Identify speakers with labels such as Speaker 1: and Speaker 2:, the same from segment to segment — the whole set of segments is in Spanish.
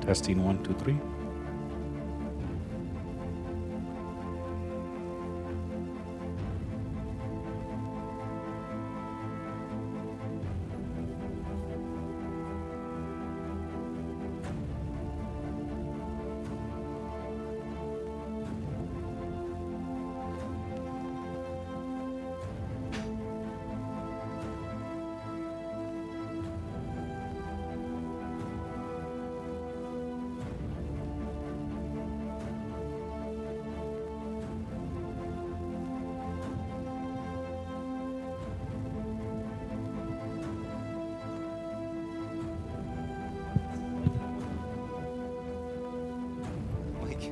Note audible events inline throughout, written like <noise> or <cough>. Speaker 1: Testing one, two, three.
Speaker 2: Like,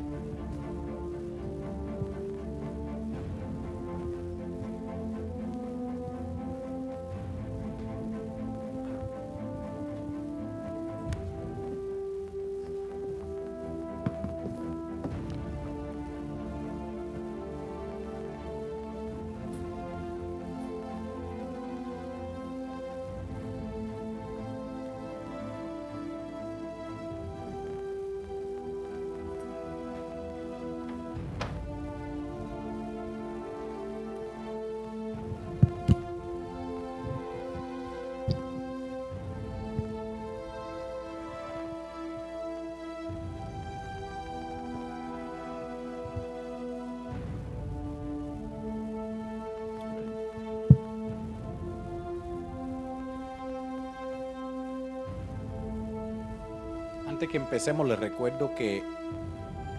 Speaker 1: Antes que empecemos, les recuerdo que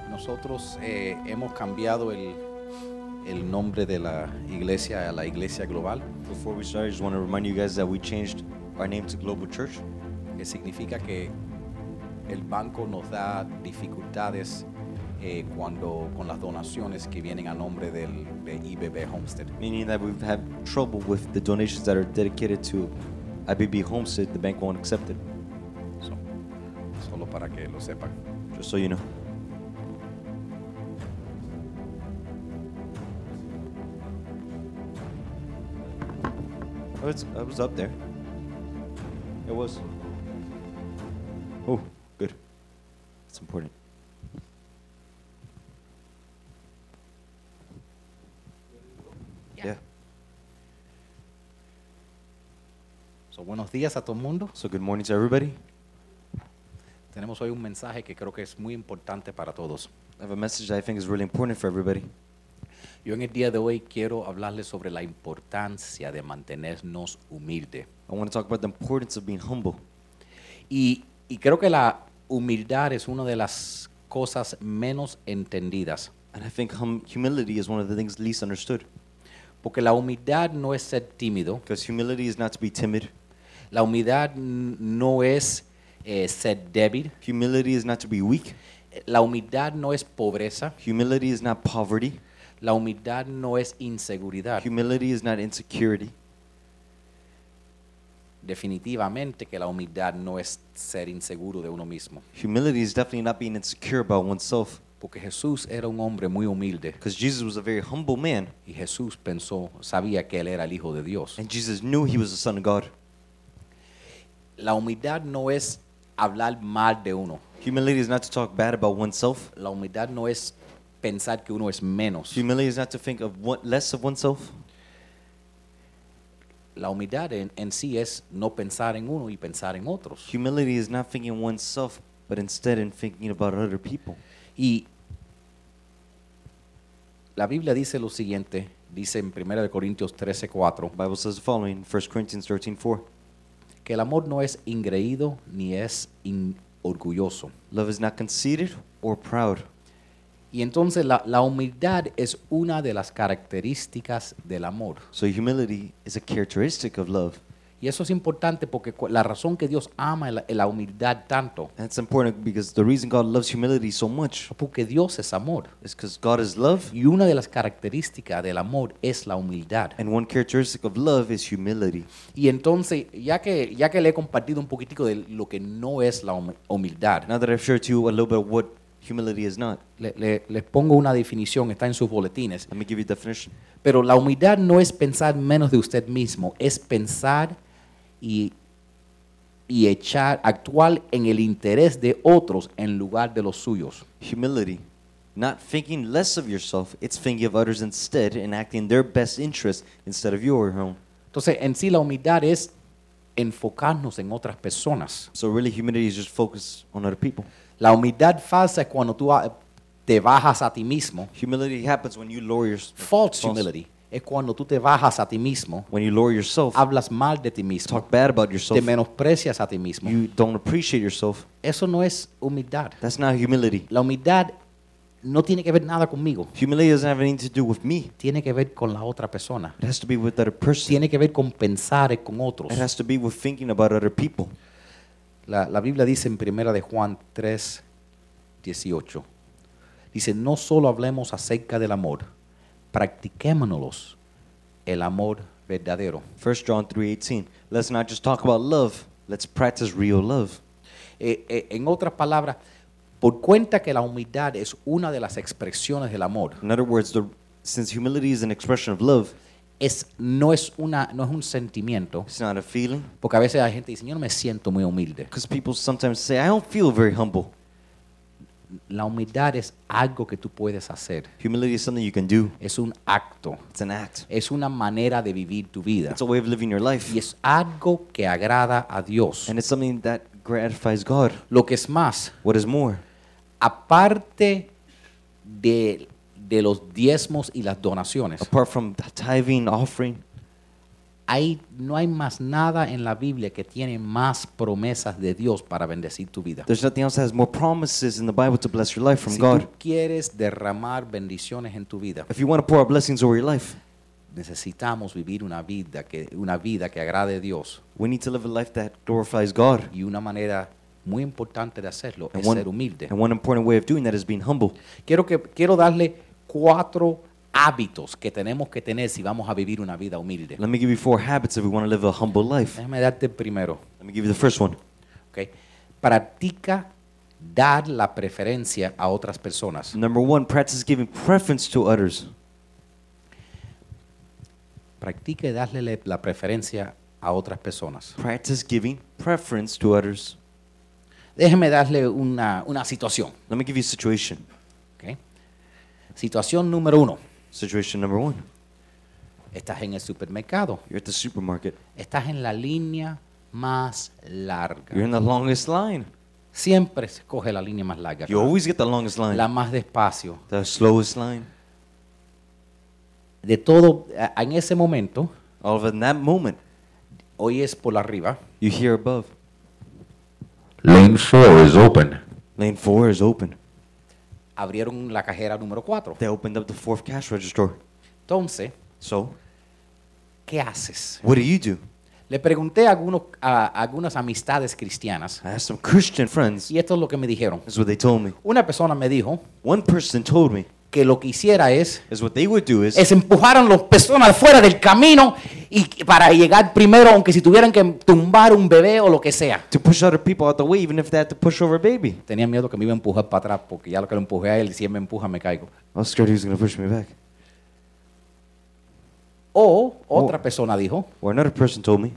Speaker 1: nosotros eh, hemos cambiado el, el nombre de la iglesia a la iglesia global,
Speaker 2: before we start, I just want to remind you guys that we changed our name to Global Church.
Speaker 1: que significa que el banco nos da dificultades eh, cuando con las donaciones que vienen a nombre del, de IBB Homestead.
Speaker 2: meaning that we've had trouble with the donations that are dedicated to IBB Homestead. The bank won't accept it.
Speaker 1: So, solo para que lo sepan.
Speaker 2: Just so you know. I was, Oh, I was up there. It was. Oh, good. That's important.
Speaker 3: Yeah.
Speaker 2: yeah.
Speaker 1: So, buenos días a todo el mundo.
Speaker 2: So good morning to everybody.
Speaker 1: Tenemos hoy un mensaje que creo que es muy importante para todos.
Speaker 2: I have a message that I think is really important for everybody.
Speaker 1: Yo en el día de hoy quiero hablarles sobre la importancia de mantenernos humilde.
Speaker 2: I want to talk about the importance of being humble.
Speaker 1: Y, y creo que la humildad es una de las cosas menos entendidas,
Speaker 2: And I think hum- humility is one of the things least understood.
Speaker 1: porque la humildad no es ser tímido,
Speaker 2: Because humility is not to be timid,
Speaker 1: la humildad n- no es eh, ser débil,
Speaker 2: humility is not to be weak,
Speaker 1: la humildad no es pobreza,
Speaker 2: humility is not poverty,
Speaker 1: la humildad no es inseguridad.
Speaker 2: humility is not insecurity.
Speaker 1: Definitivamente que la humildad no es ser inseguro de uno mismo,
Speaker 2: Humility is definitely not being insecure about oneself.
Speaker 1: porque Jesús era un hombre muy humilde.
Speaker 2: Because Jesus was a very humble man,
Speaker 1: Y Jesús pensó, sabía que él era el Hijo de Dios.
Speaker 2: and Jesus knew he was the Son of God.
Speaker 1: La humildad no es hablar mal de uno.
Speaker 2: Humility is not to talk bad about oneself.
Speaker 1: La humildad no es pensar que uno es menos.
Speaker 2: Humility is not to think of what less of oneself.
Speaker 1: La humildad en, en sí es no pensar en uno y pensar en otros.
Speaker 2: Humility is not thinking oneself, but instead in thinking about other people.
Speaker 1: Y la Biblia dice lo siguiente, dice en 1 de Corintios 13, 4,
Speaker 2: The Bible says the following, 1 Corinthians 13, 4.
Speaker 1: que el amor no es ingreído ni es in- orgulloso.
Speaker 2: Love is not conceited or proud.
Speaker 1: Y entonces la- la humildad es una de las características del amor.
Speaker 2: So humility is a characteristic of love.
Speaker 1: Y eso es importante porque cu- la razón que Dios ama la, la humildad tanto
Speaker 2: And it's important because the reason God loves humility so much
Speaker 1: es porque Dios es amor.
Speaker 2: is because God is love,
Speaker 1: Y una de las características del amor es la humildad.
Speaker 2: and one characteristic of love is humility.
Speaker 1: Y entonces, ya que, ya que le he compartido un poquitico de lo que no es la humi- humildad,
Speaker 2: Now that I've shared to you a little bit of what humility is not,
Speaker 1: le- le- les pongo una definición, está en sus boletines.
Speaker 2: let me give you a definition.
Speaker 1: Pero la humildad no es pensar menos de usted mismo, es pensar y, y echar, actuar en el interés de otros en lugar de los suyos.
Speaker 2: Humility. Not thinking less of yourself, it's thinking of others instead and acting in their best interest instead of your own.
Speaker 1: Entonces, en sí la humildad es enfocarnos en otras personas.
Speaker 2: So really humility is just focus on other people.
Speaker 1: La humildad falsa es cuando tú ah, te bajas a ti mismo.
Speaker 2: Humility happens when you lower yourself.
Speaker 1: False humility es cuando tú te bajas a ti mismo,
Speaker 2: When you lower yourself,
Speaker 1: hablas mal de ti mismo,
Speaker 2: talk bad about
Speaker 1: te
Speaker 2: yourself,
Speaker 1: menosprecias a ti mismo.
Speaker 2: you don't appreciate yourself.
Speaker 1: Eso no es humildad.
Speaker 2: That's not humility.
Speaker 1: La humildad no tiene que ver nada conmigo,
Speaker 2: Humility doesn't have anything to do with me.
Speaker 1: tiene que ver con la otra persona,
Speaker 2: It has to be with other person.
Speaker 1: tiene que ver con pensar con otros.
Speaker 2: It has to be with thinking about other people.
Speaker 1: La, la Biblia dice en primera de Juan 3, 18. Dice, no solo hablemos acerca del amor, practiquémonos el amor verdadero.
Speaker 2: 1 John 3:18. Let's not just talk about love. Let's practice real love.
Speaker 1: Eh, eh, en otras palabras, por cuenta que la humildad es una de las expresiones del amor,
Speaker 2: In other words, the, since humility is an expression of love,
Speaker 1: es, no, es una, no es un sentimiento,
Speaker 2: it's not a feeling.
Speaker 1: porque a veces la gente dice, yo no me siento muy humilde.
Speaker 2: Because people sometimes say, I don't feel very humble.
Speaker 1: La humildad es algo que tú puedes hacer,
Speaker 2: Humility is something you can do.
Speaker 1: es un acto,
Speaker 2: It's an act.
Speaker 1: es una manera de vivir tu vida.
Speaker 2: It's a way of living your life.
Speaker 1: y es algo que agrada a Dios.
Speaker 2: And it's something that gratifies God.
Speaker 1: Lo que es más,
Speaker 2: What is more?
Speaker 1: aparte de, de los diezmos y las donaciones,
Speaker 2: Apart from the tithing, offering,
Speaker 1: hay, no hay más nada en la Biblia que tiene más promesas de Dios para bendecir tu vida.
Speaker 2: there's nothing else that has more promises in the Bible to bless your life from
Speaker 1: Si
Speaker 2: God.
Speaker 1: tú quieres derramar bendiciones en tu vida,
Speaker 2: If you want to pour out blessings over your life,
Speaker 1: necesitamos vivir una vida que, una vida que agrade a Dios.
Speaker 2: we need to live a life that glorifies God.
Speaker 1: Y una manera muy importante de hacerlo
Speaker 2: And
Speaker 1: es
Speaker 2: one,
Speaker 1: ser humilde.
Speaker 2: and one important way of doing that is being humble.
Speaker 1: Quiero, que, quiero darle cuatro hábitos que tenemos que tener si vamos a vivir una vida humilde.
Speaker 2: Let me give you four habits if we want to live a humble life.
Speaker 1: Déjame darte el primero.
Speaker 2: Let me give you the first one.
Speaker 1: ¿ok? Practica dar la preferencia a otras personas.
Speaker 2: Number one, practice giving preference to others.
Speaker 1: Practica darle le- la preferencia a otras personas.
Speaker 2: Practice giving preference to others.
Speaker 1: Déjeme darle una, una situación.
Speaker 2: Let me give you a situation.
Speaker 1: ¿ok? Situación número uno.
Speaker 2: Situation number one.
Speaker 1: Estás en el supermercado.
Speaker 2: You're at the supermarket.
Speaker 1: Estás en la línea más larga.
Speaker 2: You're in the longest line.
Speaker 1: Siempre se coge la línea más larga.
Speaker 2: You always get the longest line.
Speaker 1: Uh-huh. La más despacio.
Speaker 2: the slowest line.
Speaker 1: de todo, a- en ese momento,
Speaker 2: All of a sudden, that moment,
Speaker 1: hoy es por arriba.
Speaker 2: you hear above.
Speaker 4: Lane 4 is open.
Speaker 2: Lane four is open.
Speaker 1: Abrieron la cajera número 4.
Speaker 2: They opened up the fourth cash register.
Speaker 1: Entonces,
Speaker 2: So,
Speaker 1: ¿qué haces?
Speaker 2: what do you do?
Speaker 1: Le pregunté a, algunos, a algunas amistades cristianas
Speaker 2: I asked some Christian friends.
Speaker 1: y esto es lo que me dijeron.
Speaker 2: That's what they told me.
Speaker 1: Una persona me dijo
Speaker 2: One person told me
Speaker 1: que lo que hiciera es,
Speaker 2: is what they would do is
Speaker 1: es empujar a las personas fuera del camino y que- para llegar primero, aunque si tuvieran que tumbar un bebé o lo que sea.
Speaker 2: to push other people out the way, even if they had to push over a baby.
Speaker 1: Tenía miedo que me iba a empujar para atrás porque ya lo que lo empujé a él, si él me empuja me caigo.
Speaker 2: I was scared he was going to push me back.
Speaker 1: O
Speaker 2: Oh.
Speaker 1: otra persona dijo
Speaker 2: Or another person told me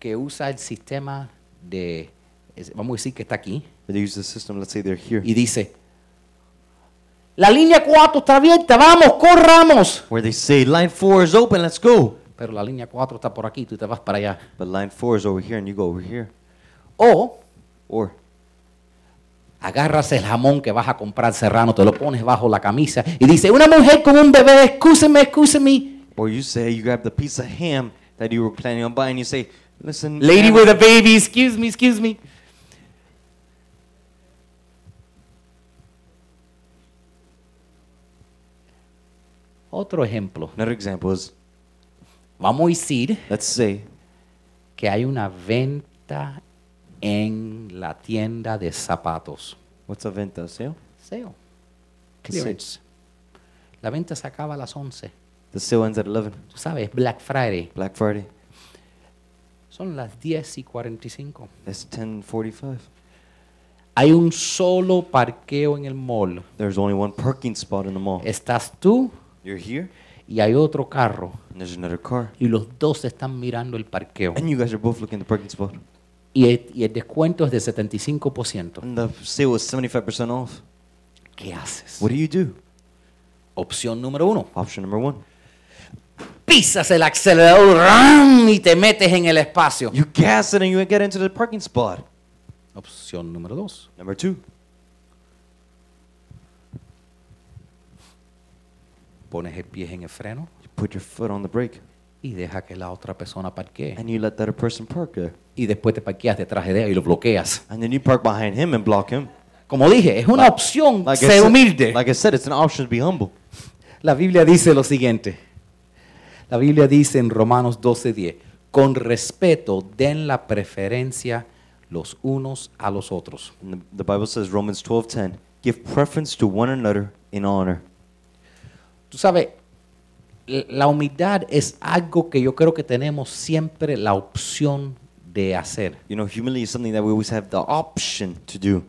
Speaker 1: que usa el sistema de, es- vamos a decir que está aquí,
Speaker 2: that they use the system. Let's say they're here,
Speaker 1: y dice, la línea 4 está abierta, vamos, corramos.
Speaker 2: where they say line four is open. Let's go.
Speaker 1: Pero la línea 4 está por aquí, tú te vas para allá.
Speaker 2: But line four is over here, and you go over here.
Speaker 1: O
Speaker 2: Or
Speaker 1: agarras el jamón que vas a comprar serrano, te lo pones bajo la camisa y dice, una mujer con un bebé, excúseme, excúseme.
Speaker 2: or you say you grab the piece of ham that you were planning on buying. You say, listen,
Speaker 1: Lady
Speaker 2: ma'am,
Speaker 1: with a baby, excuse me, excuse me. Otro ejemplo.
Speaker 2: Another example is
Speaker 1: Vamos a decir
Speaker 2: let's say
Speaker 1: que hay una venta en la tienda de zapatos.
Speaker 2: what's a venta sale?
Speaker 1: SEO.
Speaker 2: The sale.
Speaker 1: Clearance. La venta se acaba a las 11.
Speaker 2: The sale ends at eleven.
Speaker 1: Tú sabes, Black Friday.
Speaker 2: Black Friday.
Speaker 1: Son las 10 y 45.
Speaker 2: That's ten forty-five.
Speaker 1: Hay un solo parqueo en el mall.
Speaker 2: There's only one parking spot in the mall.
Speaker 1: Estás tú
Speaker 2: You're here,
Speaker 1: y hay otro carro.
Speaker 2: and there's another car,
Speaker 1: Y los dos están mirando el parqueo.
Speaker 2: and you guys are both looking at the parking spot.
Speaker 1: y el, y el descuento es de 75%.
Speaker 2: And the sale was 75% off.
Speaker 1: ¿Qué haces?
Speaker 2: What do you do?
Speaker 1: Opción número uno.
Speaker 2: Option number one.
Speaker 1: Pisas el acelerador ¡ram! y te metes en el espacio.
Speaker 2: You gas it and you get into the parking spot.
Speaker 1: Opción número dos.
Speaker 2: Number two.
Speaker 1: Pones el pie en el freno
Speaker 2: You put your foot on the brake
Speaker 1: y deja que la otra persona parquee.
Speaker 2: and you let that other person park there.
Speaker 1: Y después te parqueas detrás de ella y lo bloqueas.
Speaker 2: And then you park behind him and block him.
Speaker 1: Como dije, es una opción
Speaker 2: Like I
Speaker 1: ser
Speaker 2: said-
Speaker 1: humilde.
Speaker 2: like I said, it's an option to be humble.
Speaker 1: La Biblia dice lo siguiente. La Biblia dice en Romanos 12:10, con respeto den la preferencia los unos a los otros.
Speaker 2: And the, the Bible says Romans 12:10, give preference to one another in honor.
Speaker 1: Tú sabes, l- la humildad es algo que yo creo que tenemos siempre la opción de hacer.
Speaker 2: You know, humility is something that we always have the option to do.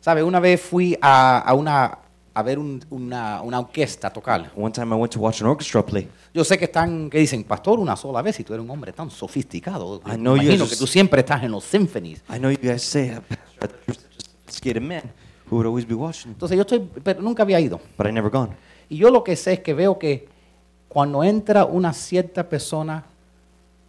Speaker 1: ¿Sabes? Una vez fui a, a una, a ver un- una, una orquesta tocar.
Speaker 2: One time I went to watch an orchestra play.
Speaker 1: Yo sé que están, que dicen, pastor, una sola vez, y tú eres un hombre tan sofisticado.
Speaker 2: I
Speaker 1: Me
Speaker 2: know you
Speaker 1: imagino
Speaker 2: just-
Speaker 1: que tú siempre estás en los symphonies.
Speaker 2: I know you guys say that, Pastor, I thought you were such a sophisticated man who would always be watching,
Speaker 1: Entonces yo estoy, pero nunca había ido.
Speaker 2: but I never gone.
Speaker 1: Y yo lo que sé es que veo que cuando entra una cierta persona,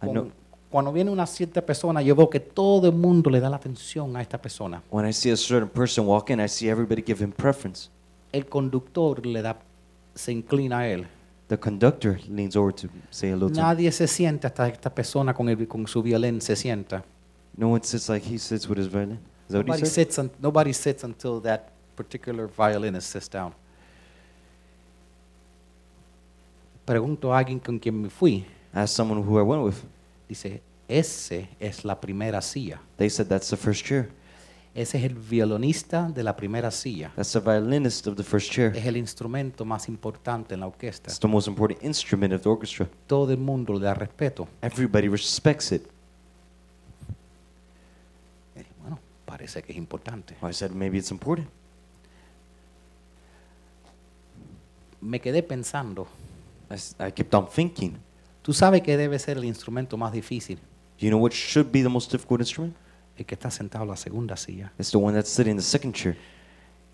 Speaker 2: I
Speaker 1: con-
Speaker 2: know-
Speaker 1: cuando viene una cierta persona, yo veo que todo el mundo le da la atención a esta persona.
Speaker 2: When I see a certain person walk in, I see everybody give him preference.
Speaker 1: El conductor le da, se inclina a él.
Speaker 2: The conductor leans over to say hello to him.
Speaker 1: Nadie se sienta hasta que esta persona con, el- con su violín se sienta.
Speaker 2: No one sits like he sits with his violin. Is that what
Speaker 1: Nobody
Speaker 2: he said?
Speaker 1: sits, un- nobody sits until that particular violinist sits down. Pregunto a alguien con quien me fui.
Speaker 2: Ask someone who I went with.
Speaker 1: Dice, ese es la primera silla.
Speaker 2: They said that's the first chair.
Speaker 1: Ese es el violinista de la primera silla.
Speaker 2: That's the violinist of the first chair.
Speaker 1: Es el instrumento más importante en la orquesta.
Speaker 2: It's the most important instrument of the orchestra.
Speaker 1: Todo el mundo le da respeto.
Speaker 2: Everybody respects it.
Speaker 1: Eh, Bueno, parece que es importante.
Speaker 2: I said maybe it's important.
Speaker 1: Me quedé pensando.
Speaker 2: I, s- I kept on thinking.
Speaker 1: Tú sabes que debe ser el instrumento más difícil.
Speaker 2: Do you know what should be the most difficult instrument?
Speaker 1: El que está sentado en la segunda silla.
Speaker 2: It's the one that's sitting in the second chair.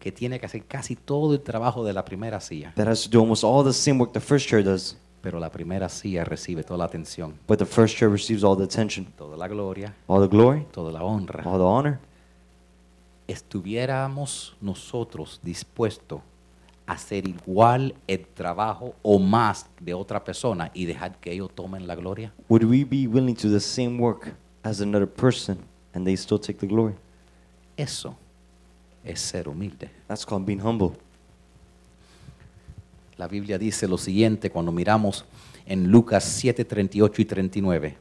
Speaker 1: Que tiene que hacer casi todo el trabajo de la primera silla.
Speaker 2: That has to do almost all the same work the first chair does,
Speaker 1: Pero la primera silla recibe toda la atención.
Speaker 2: but the first chair receives all the attention,
Speaker 1: Toda la gloria.
Speaker 2: all the glory,
Speaker 1: Toda la honra.
Speaker 2: all the honor.
Speaker 1: estuviéramos nosotros dispuestos a hacer igual el trabajo o más de otra persona y dejar que ellos tomen la gloria?
Speaker 2: Would we be willing to do the same work as another person and they still take the glory?
Speaker 1: Eso es ser humilde.
Speaker 2: That's called being humble.
Speaker 1: La Biblia dice lo siguiente cuando miramos en Lucas 7, 38 y 39.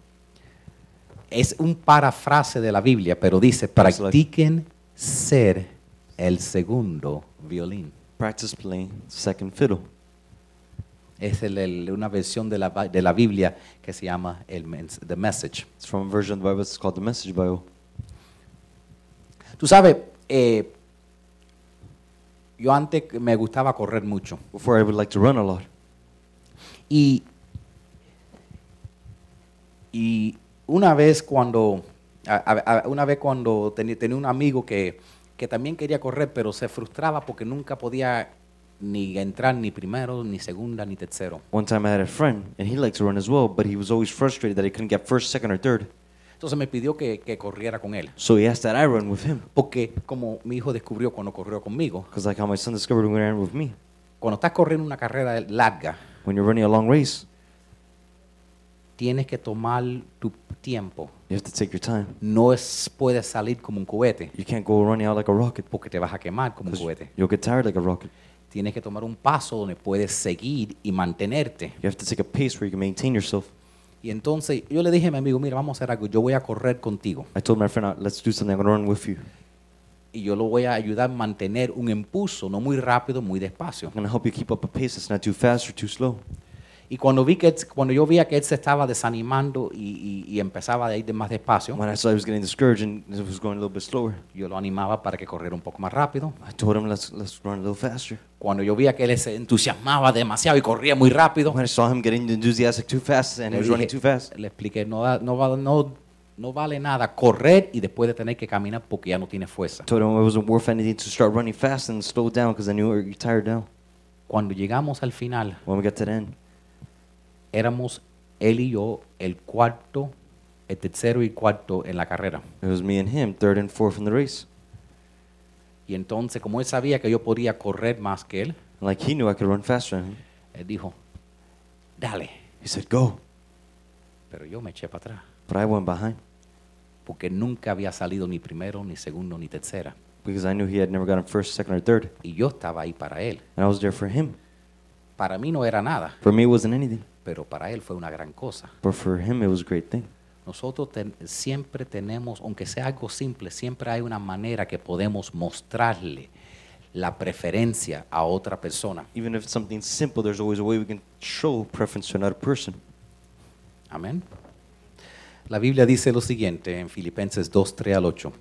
Speaker 1: Es un parafrase de la Biblia, pero dice,
Speaker 2: It's like-
Speaker 1: practiquen ser el segundo violín.
Speaker 2: Practice playing second fiddle.
Speaker 1: Es el- el- una versión de la, ba- de la Biblia que se llama el, mens- The Message.
Speaker 2: It's from a version of the Bible that's called the Message Bible.
Speaker 1: Tú sabes, eh, yo antes que me gustaba correr mucho
Speaker 2: Before I would like to run a lot.
Speaker 1: y, y una vez cuando a- a- a- una vez cuando teni- tenía un amigo que, que también quería correr pero se frustraba porque nunca podía ni entrar ni primero ni segunda ni tercero.
Speaker 2: One time I had a friend and he liked to run as well, but he was always frustrated that he couldn't get first, second, or third.
Speaker 1: Entonces me pidió que, que corriera con él
Speaker 2: So he asked that I run with him.
Speaker 1: porque como mi hijo descubrió cuando corrió conmigo,
Speaker 2: Because like how my son discovered when he ran with me.
Speaker 1: cuando estás corriendo una carrera larga
Speaker 2: When you're running a long race,
Speaker 1: tienes que tomar tu tiempo
Speaker 2: you have to take your time.
Speaker 1: no es, puedes salir como un cohete,
Speaker 2: You can't go running out like a rocket.
Speaker 1: porque te vas a quemar como un
Speaker 2: 'cause
Speaker 1: cohete.
Speaker 2: You'll get tired like a rocket.
Speaker 1: Tienes que tomar un paso donde puedes seguir y mantenerte.
Speaker 2: You have to take a pace where you can maintain yourself.
Speaker 1: Y entonces yo le dije a mi amigo, mira, vamos a hacer algo, yo voy a correr contigo
Speaker 2: I told my friend, "Uh, let's do something. I'm going to run with you.
Speaker 1: y yo lo voy a ayudar a mantener un impulso, no muy rápido, muy despacio.
Speaker 2: I'm going to help you keep up a pace that's not too fast or too slow.
Speaker 1: Y cuando, vi que él- cuando yo vi que él se estaba desanimando y, y- y empezaba a ir de más despacio,
Speaker 2: When I saw he was getting discouraged and it was going a little bit slower,
Speaker 1: yo lo animaba para que corriera un poco más rápido.
Speaker 2: I told him, let's, let's run a little faster.
Speaker 1: Cuando yo vi que él se entusiasmaba demasiado y corría muy rápido,
Speaker 2: When I saw him getting enthusiastic too fast and he
Speaker 1: Le
Speaker 2: was running
Speaker 1: dije-
Speaker 2: too fast,
Speaker 1: le expliqué, no, da- no, va- no No vale nada correr y después de tener que caminar porque ya no tiene fuerza.
Speaker 2: Told him it wasn't worth anything to start running fast and slow down because I knew we were tired now.
Speaker 1: Cuando llegamos al final,
Speaker 2: When we got to the end,
Speaker 1: éramos él y yo el cuarto, el tercero y cuarto en la carrera.
Speaker 2: it was me and him, third and fourth in the race.
Speaker 1: Y entonces, como él sabía que yo podía correr más que él,
Speaker 2: And like he knew I could run faster than him.
Speaker 1: él dijo, dale.
Speaker 2: He said, Go.
Speaker 1: Pero yo me eché para atrás,
Speaker 2: But I went behind
Speaker 1: porque nunca había salido ni primero, ni segundo, ni tercera.
Speaker 2: because I knew he had never gotten first, second, or third.
Speaker 1: Y yo estaba ahí para él.
Speaker 2: And I was there for him.
Speaker 1: Para mí no era nada,
Speaker 2: For me, it wasn't anything.
Speaker 1: pero para él fue una gran cosa.
Speaker 2: But for him, it was a great thing.
Speaker 1: Nosotros ten- siempre tenemos, aunque sea algo simple, siempre hay una manera que podemos mostrarle la preferencia a otra persona.
Speaker 2: Even if it's something simple, there's always a way we can show preference to another person.
Speaker 1: Amén. La Biblia dice lo siguiente en Filipenses 2, 3 al 8.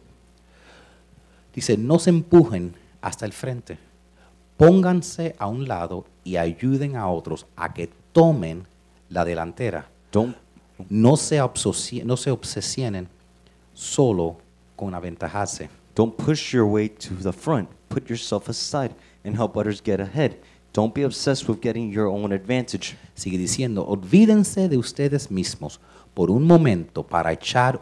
Speaker 1: Dice, no se empujen hasta el frente, pónganse a un lado y ayuden a otros a que tomen la delantera.
Speaker 2: Don't
Speaker 1: No se, obsoci- no se obsesionen solo con aventajarse.
Speaker 2: Don't push your way to the front. Put yourself aside and help others get ahead. Don't be obsessed with getting your own advantage.
Speaker 1: Sigue diciendo, olvídense de ustedes mismos por un momento para echar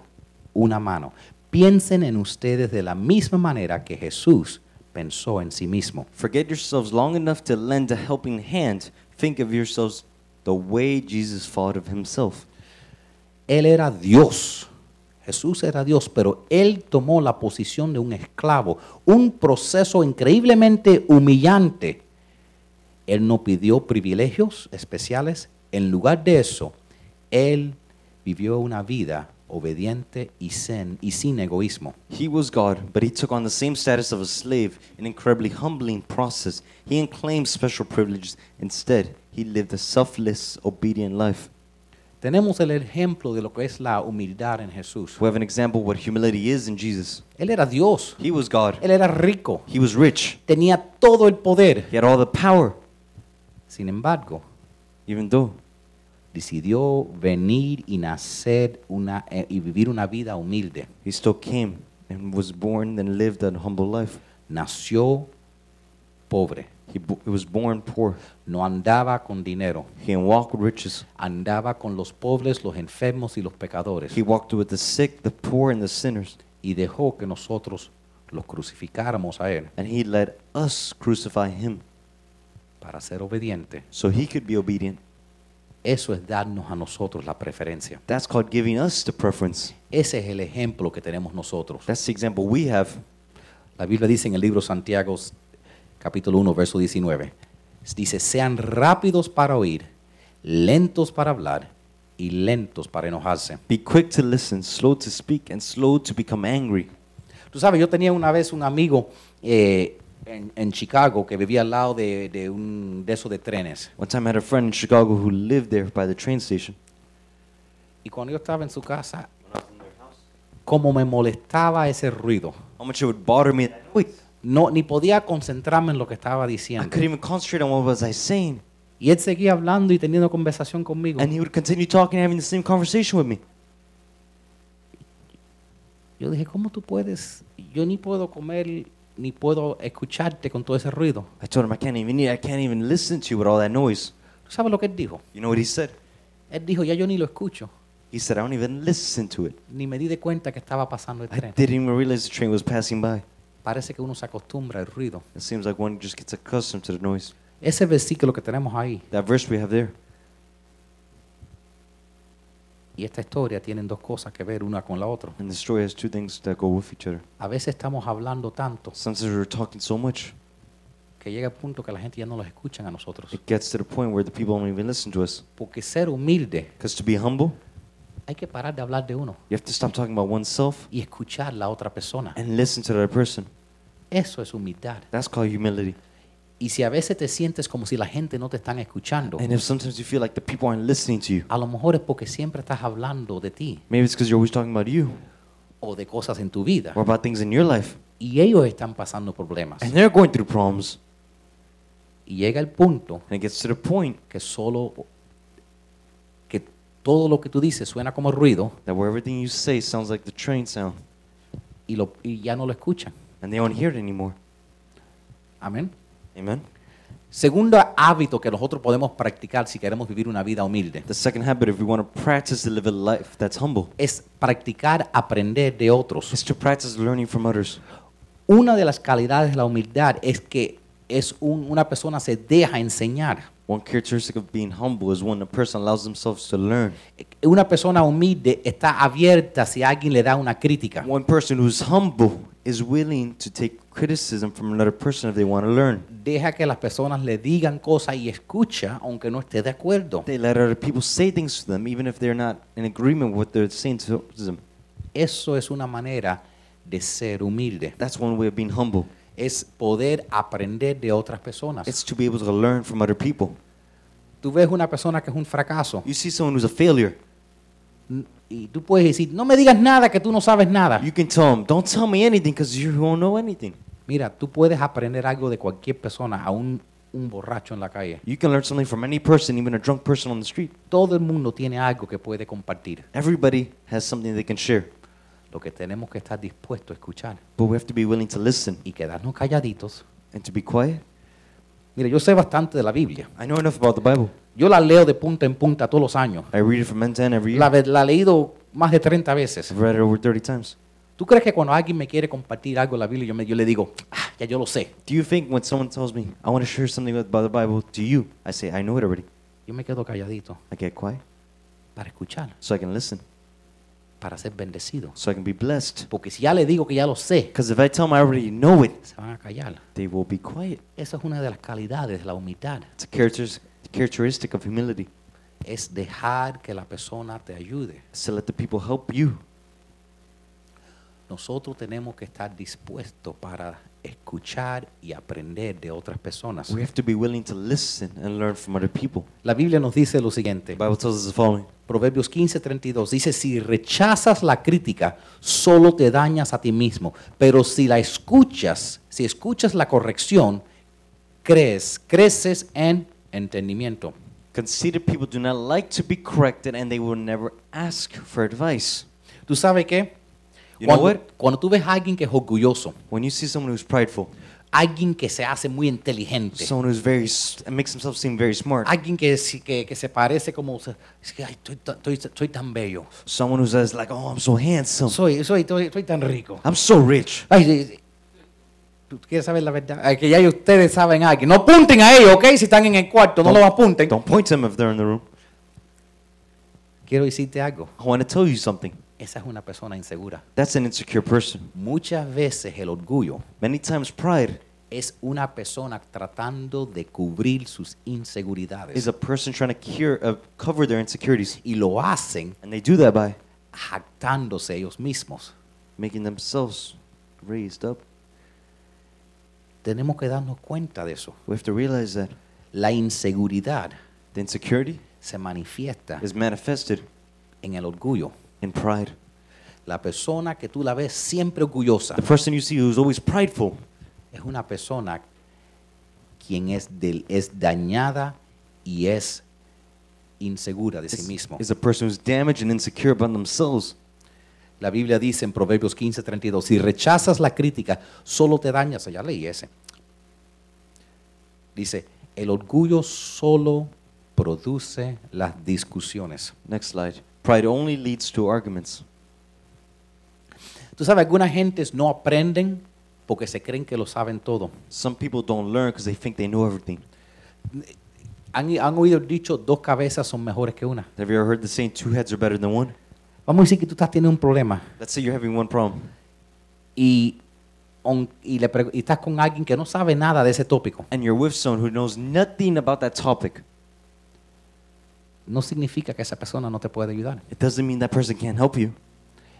Speaker 1: una mano. Piensen en ustedes de la misma manera que Jesús pensó en sí mismo.
Speaker 2: Forget yourselves long enough to lend a helping hand. Think of yourselves the way Jesus thought of himself.
Speaker 1: Él era Dios. Jesús era Dios, pero él tomó la posición de un esclavo, un proceso increíblemente humillante. Él no pidió privilegios especiales, en lugar de eso, él vivió una vida obediente y sin, y sin egoísmo.
Speaker 2: He was God, but he took on the same status of a slave, an incredibly humbling process. He didn't claim special privileges. Instead, he lived a selfless, obedient life.
Speaker 1: Tenemos el ejemplo de lo que es la humildad en Jesús.
Speaker 2: We have an example of what humility is in Jesus.
Speaker 1: Él era Dios,
Speaker 2: He was God.
Speaker 1: él era rico,
Speaker 2: He was rich.
Speaker 1: tenía todo el poder.
Speaker 2: He had all the power.
Speaker 1: Sin embargo,
Speaker 2: Even though
Speaker 1: decidió venir y nacer una, eh, y vivir una vida humilde.
Speaker 2: He still came and was born and lived a humble life.
Speaker 1: Nació pobre,
Speaker 2: He, bo- he was born poor.
Speaker 1: no andaba con dinero,
Speaker 2: He didn't walk with riches.
Speaker 1: andaba con los pobres, los enfermos y los pecadores
Speaker 2: He walked with the sick, the poor, and the sinners.
Speaker 1: y dejó que nosotros los crucificáramos a él
Speaker 2: And he let us crucify him
Speaker 1: para ser obediente.
Speaker 2: so he could be obedient.
Speaker 1: Eso es darnos a nosotros la preferencia.
Speaker 2: That's called giving us the preference.
Speaker 1: Ese es el ejemplo que tenemos nosotros.
Speaker 2: That's the example we have.
Speaker 1: La Biblia dice en el libro Santiago, s- capítulo 1, verso 19, s- dice, sean rápidos para oír, lentos para hablar y lentos para enojarse.
Speaker 2: Be quick to listen, slow to speak, and slow to become angry.
Speaker 1: Tú sabes, yo tenía una vez un amigo eh, en, en Chicago que vivía al lado de, de un de esos de trenes.
Speaker 2: One time I had a friend in Chicago who lived there by the train station.
Speaker 1: Y cuando yo estaba en su casa, como me molestaba ese ruido,
Speaker 2: How much it would bother me. Wait,
Speaker 1: no, ni podía concentrarme en lo que estaba
Speaker 2: I
Speaker 1: diciendo.
Speaker 2: couldn't even concentrate on what was I saying.
Speaker 1: Y él seguía hablando y teniendo conversación conmigo.
Speaker 2: And he would continue talking, having the same conversation with me.
Speaker 1: Yo dije, ¿cómo tú puedes? Yo ni puedo comer, ni puedo escucharte con todo ese ruido.
Speaker 2: I told him I can't even I can't even listen to you with all that noise.
Speaker 1: ¿Tú sabes lo que él dijo?
Speaker 2: You know what he said?
Speaker 1: Él dijo, ya yo ni lo escucho,
Speaker 2: He said I don't even listen to it.
Speaker 1: ni me di de cuenta que estaba pasando el
Speaker 2: I
Speaker 1: tren.
Speaker 2: didn't even realize the train was passing by.
Speaker 1: Parece que uno se acostumbra al ruido.
Speaker 2: It seems like one just gets accustomed to the noise.
Speaker 1: Ese versículo que tenemos ahí
Speaker 2: That verse we have there.
Speaker 1: y esta historia tienen dos cosas que ver una con la otra.
Speaker 2: And the story has two things that go with each other.
Speaker 1: A veces estamos hablando tanto
Speaker 2: Sometimes we're talking so much,
Speaker 1: que llega el punto que la gente ya no los escucha a nosotros.
Speaker 2: it gets to the point where the people don't even listen to us.
Speaker 1: Porque ser humilde,
Speaker 2: Because to be humble,
Speaker 1: hay que parar de hablar de uno
Speaker 2: you have to stop talking about oneself
Speaker 1: y escuchar la otra persona.
Speaker 2: and listen to the other person.
Speaker 1: Eso es humildad.
Speaker 2: That's called humility.
Speaker 1: Y si a veces te sientes como si la gente no te están escuchando,
Speaker 2: And if sometimes you feel like the people aren't listening to you,
Speaker 1: A lo mejor es porque siempre estás hablando de ti
Speaker 2: maybe it's because you're always talking about you
Speaker 1: o de cosas en tu vida
Speaker 2: or about things in your life.
Speaker 1: y ellos están pasando problemas.
Speaker 2: And they're going through problems.
Speaker 1: Y llega el punto
Speaker 2: And it gets to the point
Speaker 1: que solo que todo lo que tú dices suena como ruido
Speaker 2: That where everything you say sounds like the train sound,
Speaker 1: y, lo, y ya no lo escuchan.
Speaker 2: and they don't hear it anymore.
Speaker 1: Amén.
Speaker 2: Amen.
Speaker 1: Segundo hábito que nosotros podemos practicar si queremos vivir una vida humilde
Speaker 2: The second habit, if we want to practice to live a life that's humble,
Speaker 1: es practicar aprender de otros.
Speaker 2: is to practice learning from others.
Speaker 1: Una de las calidades de la humildad es que es un- una persona se deja enseñar.
Speaker 2: One characteristic of being humble is when a person allows themselves to learn.
Speaker 1: Una persona humilde está abierta si alguien le da una crítica.
Speaker 2: One person who's humble is willing to take criticism from another person if they want to learn.
Speaker 1: Deja que las personas le digan cosas y escucha aunque no esté de acuerdo.
Speaker 2: They let other people say things to them, even if they're not in agreement with what they're saying to them.
Speaker 1: Eso es una manera de ser humilde.
Speaker 2: That's one way of being humble.
Speaker 1: Es poder aprender de otras personas.
Speaker 2: It's to be able to learn from other people.
Speaker 1: Tú ves una persona que es un fracaso
Speaker 2: You see someone who's a failure,
Speaker 1: n- y tú puedes decir, no me digas nada que tú no sabes nada.
Speaker 2: you can tell them, "Don't tell me anything, because you don't know anything."
Speaker 1: Mira, tú puedes aprender algo de cualquier persona, aún un borracho en la calle.
Speaker 2: You can learn something from any person, even a drunk person on the street.
Speaker 1: Todo el mundo tiene algo que puede compartir.
Speaker 2: Everybody has something they can share,
Speaker 1: Lo que tenemos que estar dispuestos a escuchar
Speaker 2: but we have to be willing to listen
Speaker 1: y quedarnos calladitos.
Speaker 2: and to be quiet.
Speaker 1: Mira, yo sé bastante de la Biblia.
Speaker 2: I know enough about the Bible.
Speaker 1: Yo la leo de punta en punta todos los años.
Speaker 2: I read it from end to end every year.
Speaker 1: La, ve- la he leído más de 30 veces.
Speaker 2: I've read it over 30 times.
Speaker 1: ¿Tú crees que cuando alguien me quiere compartir algo de la Biblia, yo, me- yo le digo, "Ah, ya yo lo sé?
Speaker 2: Do you think when someone tells me, I want to share something about the Bible to you, I say, I know it already?
Speaker 1: Yo me quedo calladito
Speaker 2: I get quiet
Speaker 1: para escuchar,
Speaker 2: so I can listen,
Speaker 1: para ser bendecido.
Speaker 2: so I can be blessed.
Speaker 1: Porque si ya le digo que ya lo sé,
Speaker 2: Because if I tell them I already know it,
Speaker 1: se van a callar.
Speaker 2: they will be quiet.
Speaker 1: Esa es una de las calidades de la humildad.
Speaker 2: It's a characteris- characteristic of humility.
Speaker 1: es dejar que la persona te ayude.
Speaker 2: It's to let the people help you.
Speaker 1: Nosotros tenemos que estar dispuestos para escuchar y aprender de otras personas.
Speaker 2: We have to be willing to listen and learn from other people.
Speaker 1: La Biblia nos dice lo
Speaker 2: The
Speaker 1: siguiente,
Speaker 2: Bible tells us the following
Speaker 1: Proverbios 15:32 dice, si rechazas la crítica, solo te dañas a ti mismo, pero si la escuchas, si escuchas la corrección, crees, creces en entendimiento.
Speaker 2: Conceited people do not like to be corrected and they will never ask for advice.
Speaker 1: ¿Tú sabes qué?
Speaker 2: You know
Speaker 1: Cuando-
Speaker 2: what?
Speaker 1: cuando tú ves a alguien que es orgulloso,
Speaker 2: When you see someone who's prideful,
Speaker 1: alguien que se hace muy inteligente,
Speaker 2: someone who's very, s- makes themselves seem very smart,
Speaker 1: Alguien que, sí- que, que se parece como... se- Es que ay, estoy, ta- estoy- estoy tan bello.
Speaker 2: someone who says, like, oh, I'm so handsome,
Speaker 1: Soy, soy, soy, soy tan rico.
Speaker 2: I'm so rich.
Speaker 1: Ay, sí, sí. ¿Tú quieres saber la verdad? Ay, que ya ustedes saben alguien. No apunten a ellos, ¿ok? Si están en el cuarto, no los apunten.
Speaker 2: Don't point to them if they're in the room.
Speaker 1: Quiero decirte algo.
Speaker 2: I want to tell you something.
Speaker 1: Esa es una persona insegura.
Speaker 2: That's an insecure person.
Speaker 1: Muchas veces el orgullo
Speaker 2: Many times, pride
Speaker 1: es una persona tratando de cubrir sus
Speaker 2: is
Speaker 1: inseguridades.
Speaker 2: a person trying to cure, uh, cover their insecurities,
Speaker 1: Y lo hacen
Speaker 2: and they do that by
Speaker 1: jactándose ellos mismos.
Speaker 2: making themselves raised up.
Speaker 1: Tenemos que darnos cuenta de eso.
Speaker 2: We have to realize that
Speaker 1: La inseguridad
Speaker 2: the insecurity
Speaker 1: se manifiesta
Speaker 2: is manifested
Speaker 1: en el orgullo.
Speaker 2: in pride.
Speaker 1: La persona que tú la ves siempre orgullosa
Speaker 2: The person you see who's always prideful
Speaker 1: es una persona quien es, del, es dañada y es insegura de sí
Speaker 2: is,
Speaker 1: mismo.
Speaker 2: is a person who's damaged and insecure about themselves.
Speaker 1: La Biblia dice en Proverbios 15, 32, si rechazas la crítica, solo te dañas. Ya leí ese. Dice, el orgullo solo produce las discusiones.
Speaker 2: Next slide. Pride only leads to arguments.
Speaker 1: Tú sabes, algunas gentes no aprenden porque se creen que lo saben todo.
Speaker 2: Some people don't learn because they think they know everything.
Speaker 1: Han, han oído el dicho, dos cabezas son mejores que una.
Speaker 2: Have you ever heard the saying, two heads are better than one?
Speaker 1: Vamos a decir que tú estás teniendo un problema
Speaker 2: Let's say you're having one problem,
Speaker 1: y, on- y le pre- y estás con alguien que no sabe nada de ese tópico.
Speaker 2: and you're with someone who knows nothing about that topic.
Speaker 1: No significa que esa persona no te puede ayudar.
Speaker 2: It doesn't mean that person can't help you.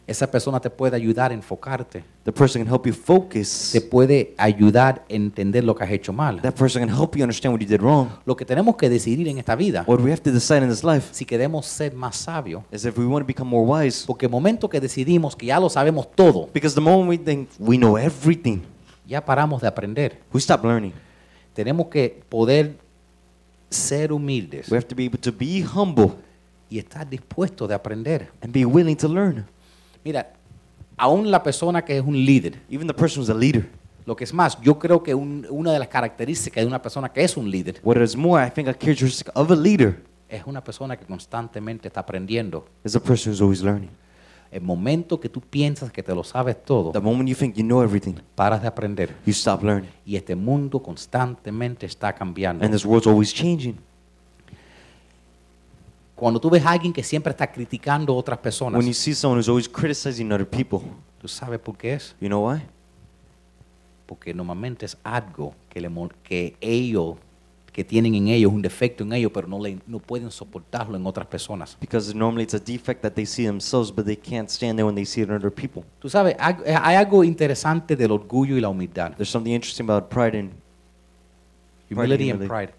Speaker 1: Esa persona te puede ayudar a enfocarte.
Speaker 2: The person can help you focus.
Speaker 1: Te puede ayudar a entender lo que has hecho mal.
Speaker 2: That person can help you understand what you did wrong.
Speaker 1: Lo que tenemos que decidir en esta vida,
Speaker 2: What we have to decide in this life
Speaker 1: si queremos ser más sabios,
Speaker 2: is if we want to become more wise.
Speaker 1: porque el momento que decidimos que ya lo sabemos todo,
Speaker 2: Because the moment we think we know everything,
Speaker 1: ya paramos de aprender.
Speaker 2: we stop learning.
Speaker 1: Tenemos que poder ser humildes
Speaker 2: We have to be able to be humble
Speaker 1: y estar dispuesto de aprender.
Speaker 2: and be willing to learn.
Speaker 1: Mira, aún la persona que es un líder,
Speaker 2: Even the person who's a leader.
Speaker 1: lo que es más, yo creo que un- una de las características de una persona que es un líder
Speaker 2: What is more, I think a characteristic of a leader
Speaker 1: es una persona que constantemente está aprendiendo.
Speaker 2: is a person who's always learning.
Speaker 1: El momento que tú piensas que te lo sabes todo,
Speaker 2: The moment you think you know everything,
Speaker 1: paras de aprender.
Speaker 2: you stop learning.
Speaker 1: Y este mundo constantemente está cambiando.
Speaker 2: And this world's always changing.
Speaker 1: Cuando tú ves a alguien que siempre está criticando a otras personas,
Speaker 2: When you see someone who's always criticizing other people,
Speaker 1: tú sabes por qué es.
Speaker 2: you know why?
Speaker 1: Porque normalmente es algo que, le mol- que ellos, que tienen en ellos, un defecto en ellos, pero no, le- no pueden soportarlo en otras personas.
Speaker 2: Because normally it's a defect that they see themselves, but they can't stand there when they see it in other people.
Speaker 1: Tú sabes, hay hay algo interesante del orgullo y la humildad.
Speaker 2: There's something interesting about pride and
Speaker 1: Humility and
Speaker 2: humility.
Speaker 1: pride.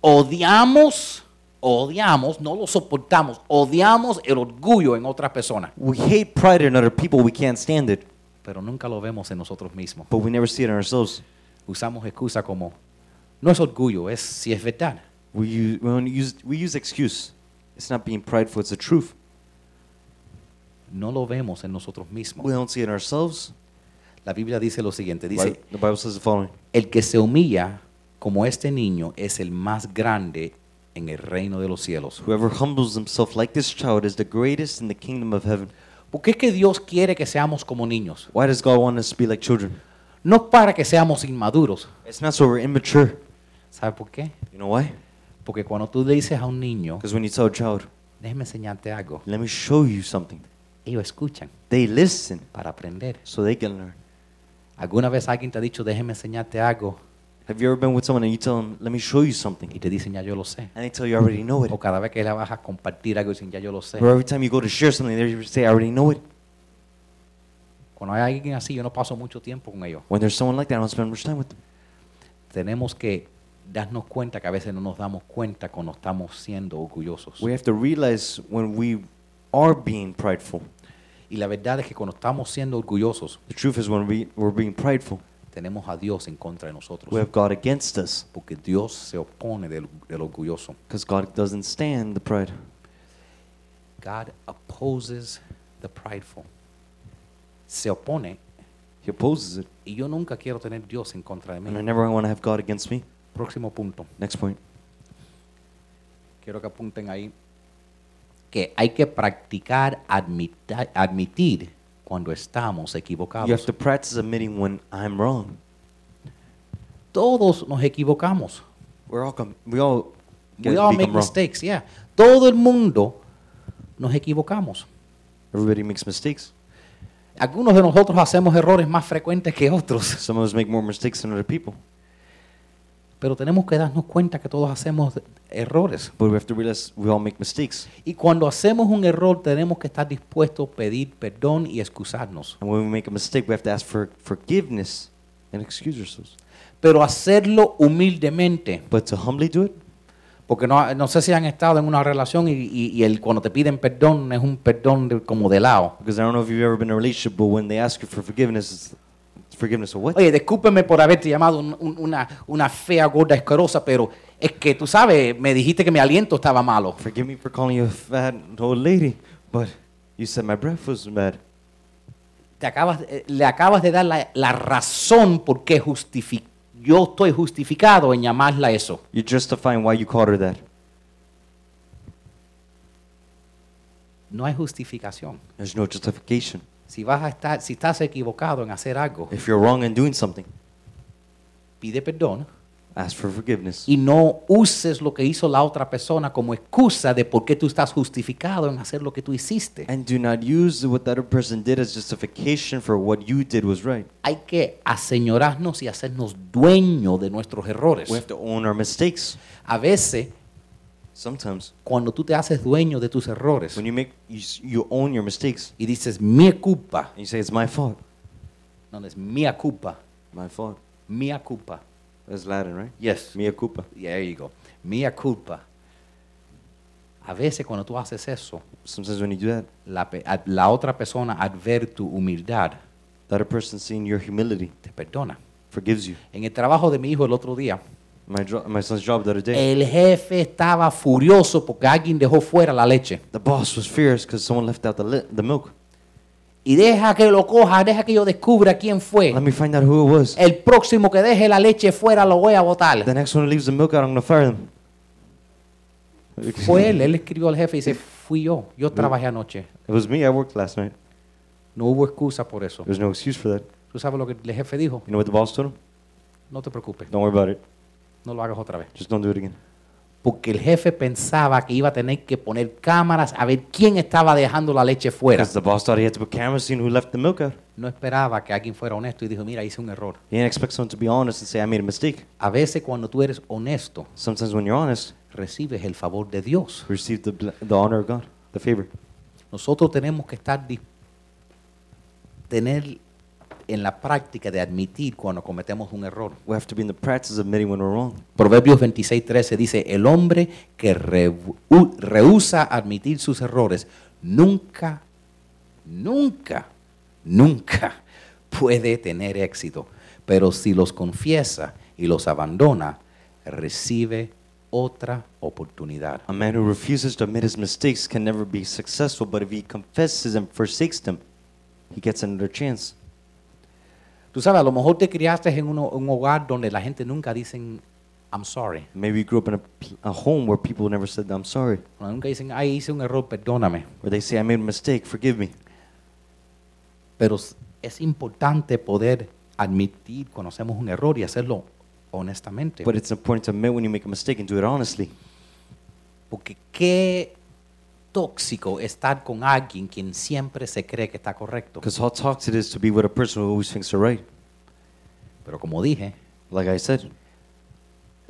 Speaker 1: Odiamos, odiamos, no lo soportamos, odiamos el orgullo en otras personas,
Speaker 2: we hate pride in other people. We can't stand it,
Speaker 1: pero nunca lo vemos en nosotros mismos.
Speaker 2: but we never see it in ourselves.
Speaker 1: Usamos excusas como, no es orgullo, es si es verdad.
Speaker 2: We use we, only use we use excuse. It's not being prideful. It's the truth.
Speaker 1: No lo vemos en nosotros mismos.
Speaker 2: We don't see it in ourselves.
Speaker 1: La Biblia dice lo siguiente, dice,
Speaker 2: Like the Bible says the following:
Speaker 1: el que se humilla como este niño es el más grande en el reino de los cielos.
Speaker 2: Whoever humbles himself like this child is the greatest in the kingdom of heaven.
Speaker 1: ¿Por qué es que Dios quiere que seamos como niños?
Speaker 2: Why does God want us to be like children?
Speaker 1: No para que seamos inmaduros.
Speaker 2: It's not so we're immature.
Speaker 1: ¿Sabe por qué?
Speaker 2: You know why?
Speaker 1: Porque cuando tú le dices a un niño,
Speaker 2: Because when you tell a child,
Speaker 1: déjeme enseñarte algo,
Speaker 2: "Let me show you something,"
Speaker 1: ellos escuchan
Speaker 2: they listen
Speaker 1: para aprender.
Speaker 2: so they can learn.
Speaker 1: ¿Alguna vez alguien te ha dicho, déjeme enseñarte algo?
Speaker 2: Have you ever been with someone and you tell them, "Let me show you something,"
Speaker 1: Y te dicen, ya yo lo sé.
Speaker 2: and they tell you, "I already know it."
Speaker 1: O cada vez que le vas a compartir algo, dicen, ya yo lo sé.
Speaker 2: Or every time you go to share something, they say, I already know it.
Speaker 1: Cuando hay alguien así, yo no paso mucho tiempo con ellos.
Speaker 2: When there's someone like that, I don't spend much time with them.
Speaker 1: Tenemos que darnos cuenta que a veces no nos damos cuenta cuando estamos siendo orgullosos.
Speaker 2: We have to realize when we are being prideful.
Speaker 1: Y la verdad es que cuando estamos siendo orgullosos,
Speaker 2: The truth is, when we, we're being prideful,
Speaker 1: tenemos a Dios en contra de nosotros.
Speaker 2: we have God against us
Speaker 1: Porque Dios se opone del, del orgulloso.
Speaker 2: because God doesn't stand the pride.
Speaker 1: God opposes the prideful. Se opone
Speaker 2: He opposes it.
Speaker 1: y yo nunca quiero tener Dios en contra de
Speaker 2: And I
Speaker 1: mí.
Speaker 2: never want to have God against me.
Speaker 1: Próximo punto.
Speaker 2: Next point.
Speaker 1: Quiero que apunten ahí que hay que practicar admita- admitir cuando estamos
Speaker 2: You have
Speaker 1: equivocados.
Speaker 2: to practice admitting when I'm wrong.
Speaker 1: Todos nos equivocamos.
Speaker 2: We're all com- we all get
Speaker 1: We all
Speaker 2: become
Speaker 1: make
Speaker 2: wrong.
Speaker 1: mistakes, yeah. Todo el mundo nos equivocamos.
Speaker 2: Everybody makes mistakes.
Speaker 1: Algunos de nosotros hacemos errores más frecuentes que otros,
Speaker 2: Some of us make more mistakes than other people.
Speaker 1: pero tenemos que darnos cuenta que todos hacemos errores.
Speaker 2: But we have to realize we all make mistakes.
Speaker 1: Y cuando hacemos un error tenemos que estar dispuestos a pedir perdón y excusarnos.
Speaker 2: And when we make a mistake, we have to ask for forgiveness and excuse ourselves.
Speaker 1: Pero hacerlo humildemente.
Speaker 2: But to humbly do it,
Speaker 1: Porque no, no sé si han estado en una relación y, y- y el, cuando te piden perdón es un perdón de- como de lado.
Speaker 2: because I don't know if you've ever been in a relationship, but when they ask you for forgiveness, it's it's forgiveness of what?
Speaker 1: Oye, discúlpeme por haberte llamado un- un- una, una fea, gorda, escorosa, pero es que tú sabes, me dijiste que mi aliento estaba malo.
Speaker 2: Forgive me for calling you a fat old lady, but you said my breath was bad.
Speaker 1: Te acabas, eh, le acabas de dar la, la razón por qué justifi- yo estoy justificado en llamarla eso.
Speaker 2: You're justifying why you called her that.
Speaker 1: No hay justificación.
Speaker 2: There's no justification.
Speaker 1: Si vas a estar, si estás equivocado en hacer algo,
Speaker 2: If you're wrong in doing something,
Speaker 1: pide perdón
Speaker 2: ask for forgiveness.
Speaker 1: y no uses lo que hizo la otra persona como excusa de por qué tú estás justificado en hacer lo que tú hiciste.
Speaker 2: And do not use what the other person did as justification for what you did was right.
Speaker 1: Hay que aseñorarnos y hacernos dueño de nuestros errores.
Speaker 2: We have to own our mistakes
Speaker 1: A veces,
Speaker 2: sometimes.
Speaker 1: cuando tú te haces dueño de tus errores
Speaker 2: When you make you, s- you own your mistakes
Speaker 1: y dices mi culpa,
Speaker 2: and you say it's my fault,
Speaker 1: no no, es mía culpa,
Speaker 2: my fault.
Speaker 1: mía culpa.
Speaker 2: That's Latin, right?
Speaker 1: Yes.
Speaker 2: Mea culpa.
Speaker 1: There you go. Mía culpa. A veces cuando tú haces eso,
Speaker 2: Sometimes when you do that,
Speaker 1: la, pe- a- la otra persona al ver tu humildad
Speaker 2: the other person seeing your humility
Speaker 1: te perdona.
Speaker 2: forgives you.
Speaker 1: En el trabajo de mi hijo el otro día,
Speaker 2: My, dro- my son's job the other day,
Speaker 1: El jefe estaba furioso porque alguien dejó fuera la leche.
Speaker 2: the boss was furious because someone left out the, li- the milk.
Speaker 1: Y deja que lo coja, deja que yo descubra quién fue.
Speaker 2: Let me find out who it was.
Speaker 1: El próximo que deje la leche fuera lo voy a
Speaker 2: The
Speaker 1: botar.
Speaker 2: next one who leaves the milk out, I'm going to fire them. <laughs>
Speaker 1: Fue él, eh. él escribió al jefe y dice, fui yo, yo trabajé anoche.
Speaker 2: It was me. I worked last night.
Speaker 1: No hubo excusa por eso.
Speaker 2: There's no excuse for that.
Speaker 1: ¿Tú sabes lo que el jefe dijo?
Speaker 2: You know what the boss told him?
Speaker 1: No te preocupes,
Speaker 2: Don't worry about it.
Speaker 1: no lo hagas otra vez.
Speaker 2: Just don't do it again.
Speaker 1: Porque el jefe pensaba que iba a tener que poner cámaras a ver quién estaba dejando la leche fuera.
Speaker 2: Because the boss thought he had to put cameras seeing who left the milk out.
Speaker 1: No esperaba que alguien fuera honesto y dijo, mira, hice un error.
Speaker 2: He didn't expect someone to be honest and say, I made a mistake.
Speaker 1: A veces cuando tú eres honesto,
Speaker 2: Sometimes when you're honest,
Speaker 1: recibes el favor de Dios.
Speaker 2: you receive the, bl- the honor of God, the favor.
Speaker 1: Nosotros tenemos que estar dis- tener en la práctica de admitir cuando cometemos un error.
Speaker 2: We have to be in the practice of admitting when we're wrong.
Speaker 1: Proverbios 26, 13 dice, el hombre que rehu- rehúsa admitir sus errores nunca, nunca, nunca <laughs> puede tener éxito. Pero si los confiesa y los abandona, recibe otra oportunidad.
Speaker 2: A man who refuses to admit his mistakes can never be successful, but if he confesses and forsakes them, he gets another chance.
Speaker 1: Tú sabes, a lo mejor te criaste en uno- un hogar donde la gente nunca dicen, I'm sorry.
Speaker 2: Maybe you grew up in a, pl- a home where people never said, I'm sorry,
Speaker 1: Nunca dicen, ay, hice un error, perdóname.
Speaker 2: where they say, I made a mistake, forgive me.
Speaker 1: Pero s- es importante poder admitir cuando hacemos un error y hacerlo honestamente.
Speaker 2: But it's important to admit when you make a mistake and do it honestly.
Speaker 1: Porque qué tóxico estar con alguien quien siempre se cree que está correcto.
Speaker 2: Because how toxic it is to be with a person who always thinks they're right.
Speaker 1: Pero como dije,
Speaker 2: Like I said,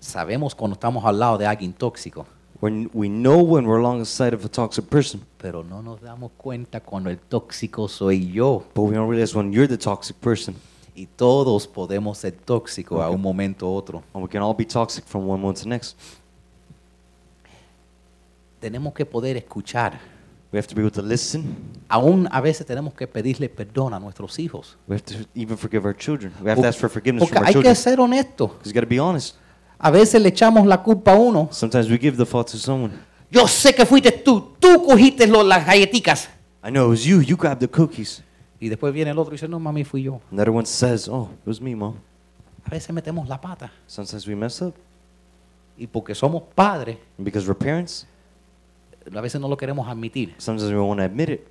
Speaker 1: sabemos cuando estamos al lado de alguien tóxico,
Speaker 2: when we know when we're alongside of a toxic person,
Speaker 1: pero no nos damos cuenta cuando el tóxico soy yo.
Speaker 2: but we don't realize when you're the toxic person.
Speaker 1: Y todos podemos ser tóxicos a un momento u otro.
Speaker 2: And we can all be toxic from one moment to the next.
Speaker 1: Tenemos que poder escuchar.
Speaker 2: We have to be able to listen.
Speaker 1: Aún a veces tenemos que pedirle perdón a nuestros hijos.
Speaker 2: We have to even forgive our children. We have to ask for forgiveness
Speaker 1: Porque
Speaker 2: from our
Speaker 1: hay que
Speaker 2: children.
Speaker 1: ser honestos.
Speaker 2: Because you got to be honest.
Speaker 1: A veces le echamos la culpa a uno.
Speaker 2: Sometimes we give the fault to someone.
Speaker 1: Yo sé que fuiste tú, tú cogiste lo- las galletitas.
Speaker 2: I know it was you. You grabbed the cookies.
Speaker 1: Y después viene el otro y dice, no, mami, fui yo.
Speaker 2: Another one says, "Oh, it was me, mom."
Speaker 1: A veces metemos la pata.
Speaker 2: Sometimes we mess up,
Speaker 1: Y porque somos padres,
Speaker 2: and because we're parents,
Speaker 1: a veces no lo queremos admitir.
Speaker 2: sometimes we won't admit it.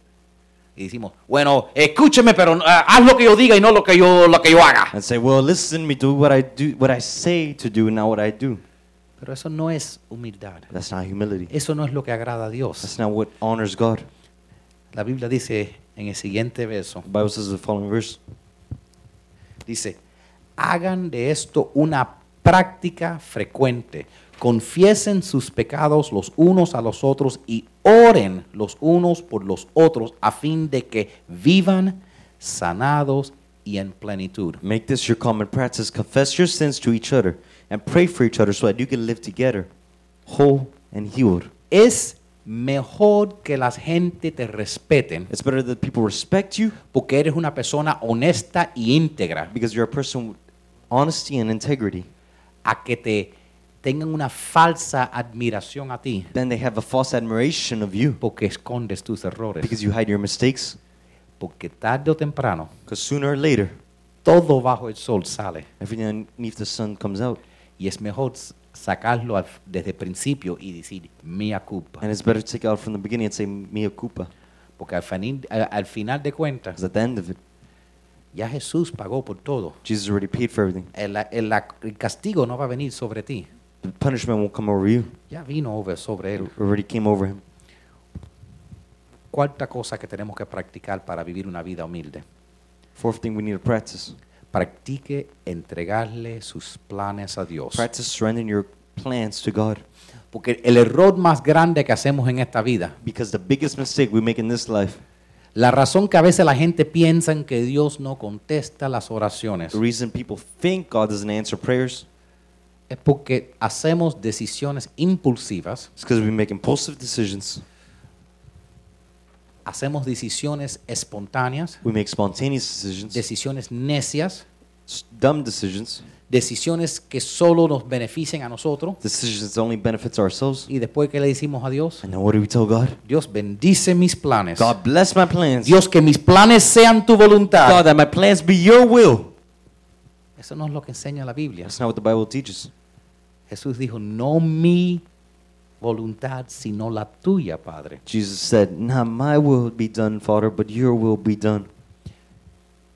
Speaker 1: Y decimos, bueno, escúcheme, pero ah, haz lo que yo diga y no lo que yo, lo que yo haga.
Speaker 2: and say, "Well, listen, me do what I do, what I say to do, not what I do."
Speaker 1: Pero eso no es humildad.
Speaker 2: That's not humility.
Speaker 1: Eso no es lo que agrada a Dios.
Speaker 2: That's not what honors God.
Speaker 1: La Biblia dice en el siguiente verso,
Speaker 2: The Bible says the following verse:
Speaker 1: Dice, hagan de esto una práctica frecuente. Confiesen sus pecados los unos a los otros y oren los unos por los otros a fin de que vivan sanados y en plenitud.
Speaker 2: "Make this your common practice. Confess your sins to each other, and pray for each other, so that you can live together, whole and healed."
Speaker 1: Es mejor que la gente te respeten
Speaker 2: It's better that people respect you
Speaker 1: porque eres una persona honesta y íntegra
Speaker 2: because you're a person with honesty and integrity.
Speaker 1: a que te tengan una falsa admiración a ti
Speaker 2: Then they have a false admiration of you
Speaker 1: porque escondes tus errores.
Speaker 2: because you hide your mistakes.
Speaker 1: Porque tarde o temprano
Speaker 2: Because sooner or later,
Speaker 1: todo bajo el sol sale
Speaker 2: everything underneath the sun comes out.
Speaker 1: y es mejor s- sacarlo al- desde el principio y decir mía culpa
Speaker 2: And it's better to take it out from the beginning and say, Mia culpa.
Speaker 1: porque al, fini- a- al final de cuentas
Speaker 2: Because at the end of it,
Speaker 1: ya Jesús pagó por todo
Speaker 2: Jesus already paid for everything.
Speaker 1: el, el- la- el castigo no va a venir sobre ti
Speaker 2: The punishment won't come over you.
Speaker 1: ya vino over- sobre él
Speaker 2: It already came over him.
Speaker 1: cuarta cosa que tenemos que practicar para vivir una vida humilde
Speaker 2: Fourth thing we need to practice.
Speaker 1: practique entregarle sus planes a Dios
Speaker 2: Practice surrendering your plans to God.
Speaker 1: porque el error más grande que hacemos en esta vida
Speaker 2: Because the biggest mistake we make in this life,
Speaker 1: la razón que a veces la gente piensa en que Dios no contesta las oraciones
Speaker 2: the reason people think God doesn't answer prayers,
Speaker 1: es porque hacemos decisiones impulsivas,
Speaker 2: is because we make impulsive decisions.
Speaker 1: hacemos decisiones espontáneas,
Speaker 2: We make spontaneous decisions,
Speaker 1: decisiones necias
Speaker 2: S- Dumb decisions,
Speaker 1: decisiones que solo nos benefician a nosotros
Speaker 2: decisions that only benefits ourselves.
Speaker 1: y después que le decimos a Dios,
Speaker 2: And then what do we tell God?
Speaker 1: Dios bendice mis planes.
Speaker 2: God bless my plans.
Speaker 1: Dios que mis planes sean tu
Speaker 2: God,
Speaker 1: voluntad.
Speaker 2: that my plans be your will.
Speaker 1: Eso no es lo que enseña la Biblia.
Speaker 2: That's not what the Bible teaches.
Speaker 1: Jesús dijo, no mi voluntad, sino la tuya, Padre.
Speaker 2: Jesus said, Not my will be done, Father, but your will be done.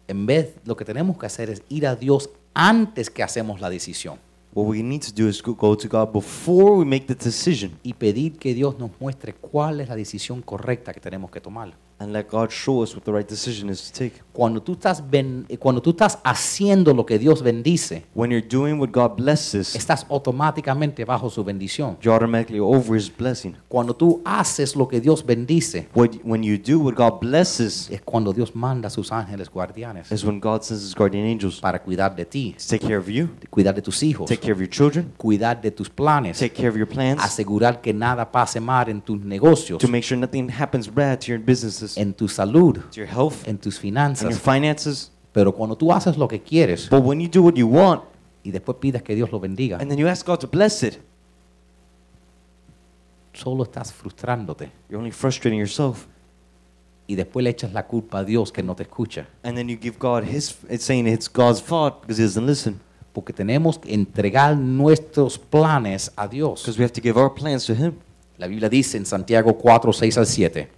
Speaker 1: En vez, lo que tenemos que hacer es ir a Dios antes que hacemos la decisión
Speaker 2: What we need to do is go- go to God before we make the decision
Speaker 1: y pedir que Dios nos muestre cuál es la decisión correcta que tenemos que tomar.
Speaker 2: and let God show us what the right decision is to take.
Speaker 1: Cuando tú estás, ben- cuando tú estás haciendo lo que Dios bendice,
Speaker 2: When you're doing what God blesses,
Speaker 1: estás automáticamente bajo su bendición.
Speaker 2: you're automatically over His blessing.
Speaker 1: Cuando tú haces lo que Dios bendice,
Speaker 2: What, when you do what God blesses,
Speaker 1: es cuando Dios manda a sus ángeles guardianes
Speaker 2: is when God sends His guardian angels
Speaker 1: para cuidar de ti,
Speaker 2: to take care of you,
Speaker 1: de cuidar de tus hijos,
Speaker 2: take care of your children,
Speaker 1: cuidar de tus planes,
Speaker 2: take care of your plans,
Speaker 1: asegurar que nada pase mal en tus negocios,
Speaker 2: to make sure nothing happens bad to your businesses,
Speaker 1: en tu salud,
Speaker 2: to your health, and
Speaker 1: en tus
Speaker 2: your
Speaker 1: finanzas.
Speaker 2: finances.
Speaker 1: Pero cuando tú haces lo que quieres
Speaker 2: But when you do what you want,
Speaker 1: y después pidas que Dios lo bendiga,
Speaker 2: and then you ask God to bless it,
Speaker 1: solo estás frustrándote
Speaker 2: You're only frustrating yourself.
Speaker 1: y después le echas la culpa a Dios que no te escucha.
Speaker 2: And then you give God his, it's saying it's God's fault because he doesn't listen.
Speaker 1: Porque tenemos que entregar nuestros planes a Dios.
Speaker 2: Because we have to give our plans to him.
Speaker 1: La Biblia dice en Santiago 4, 6 al 7.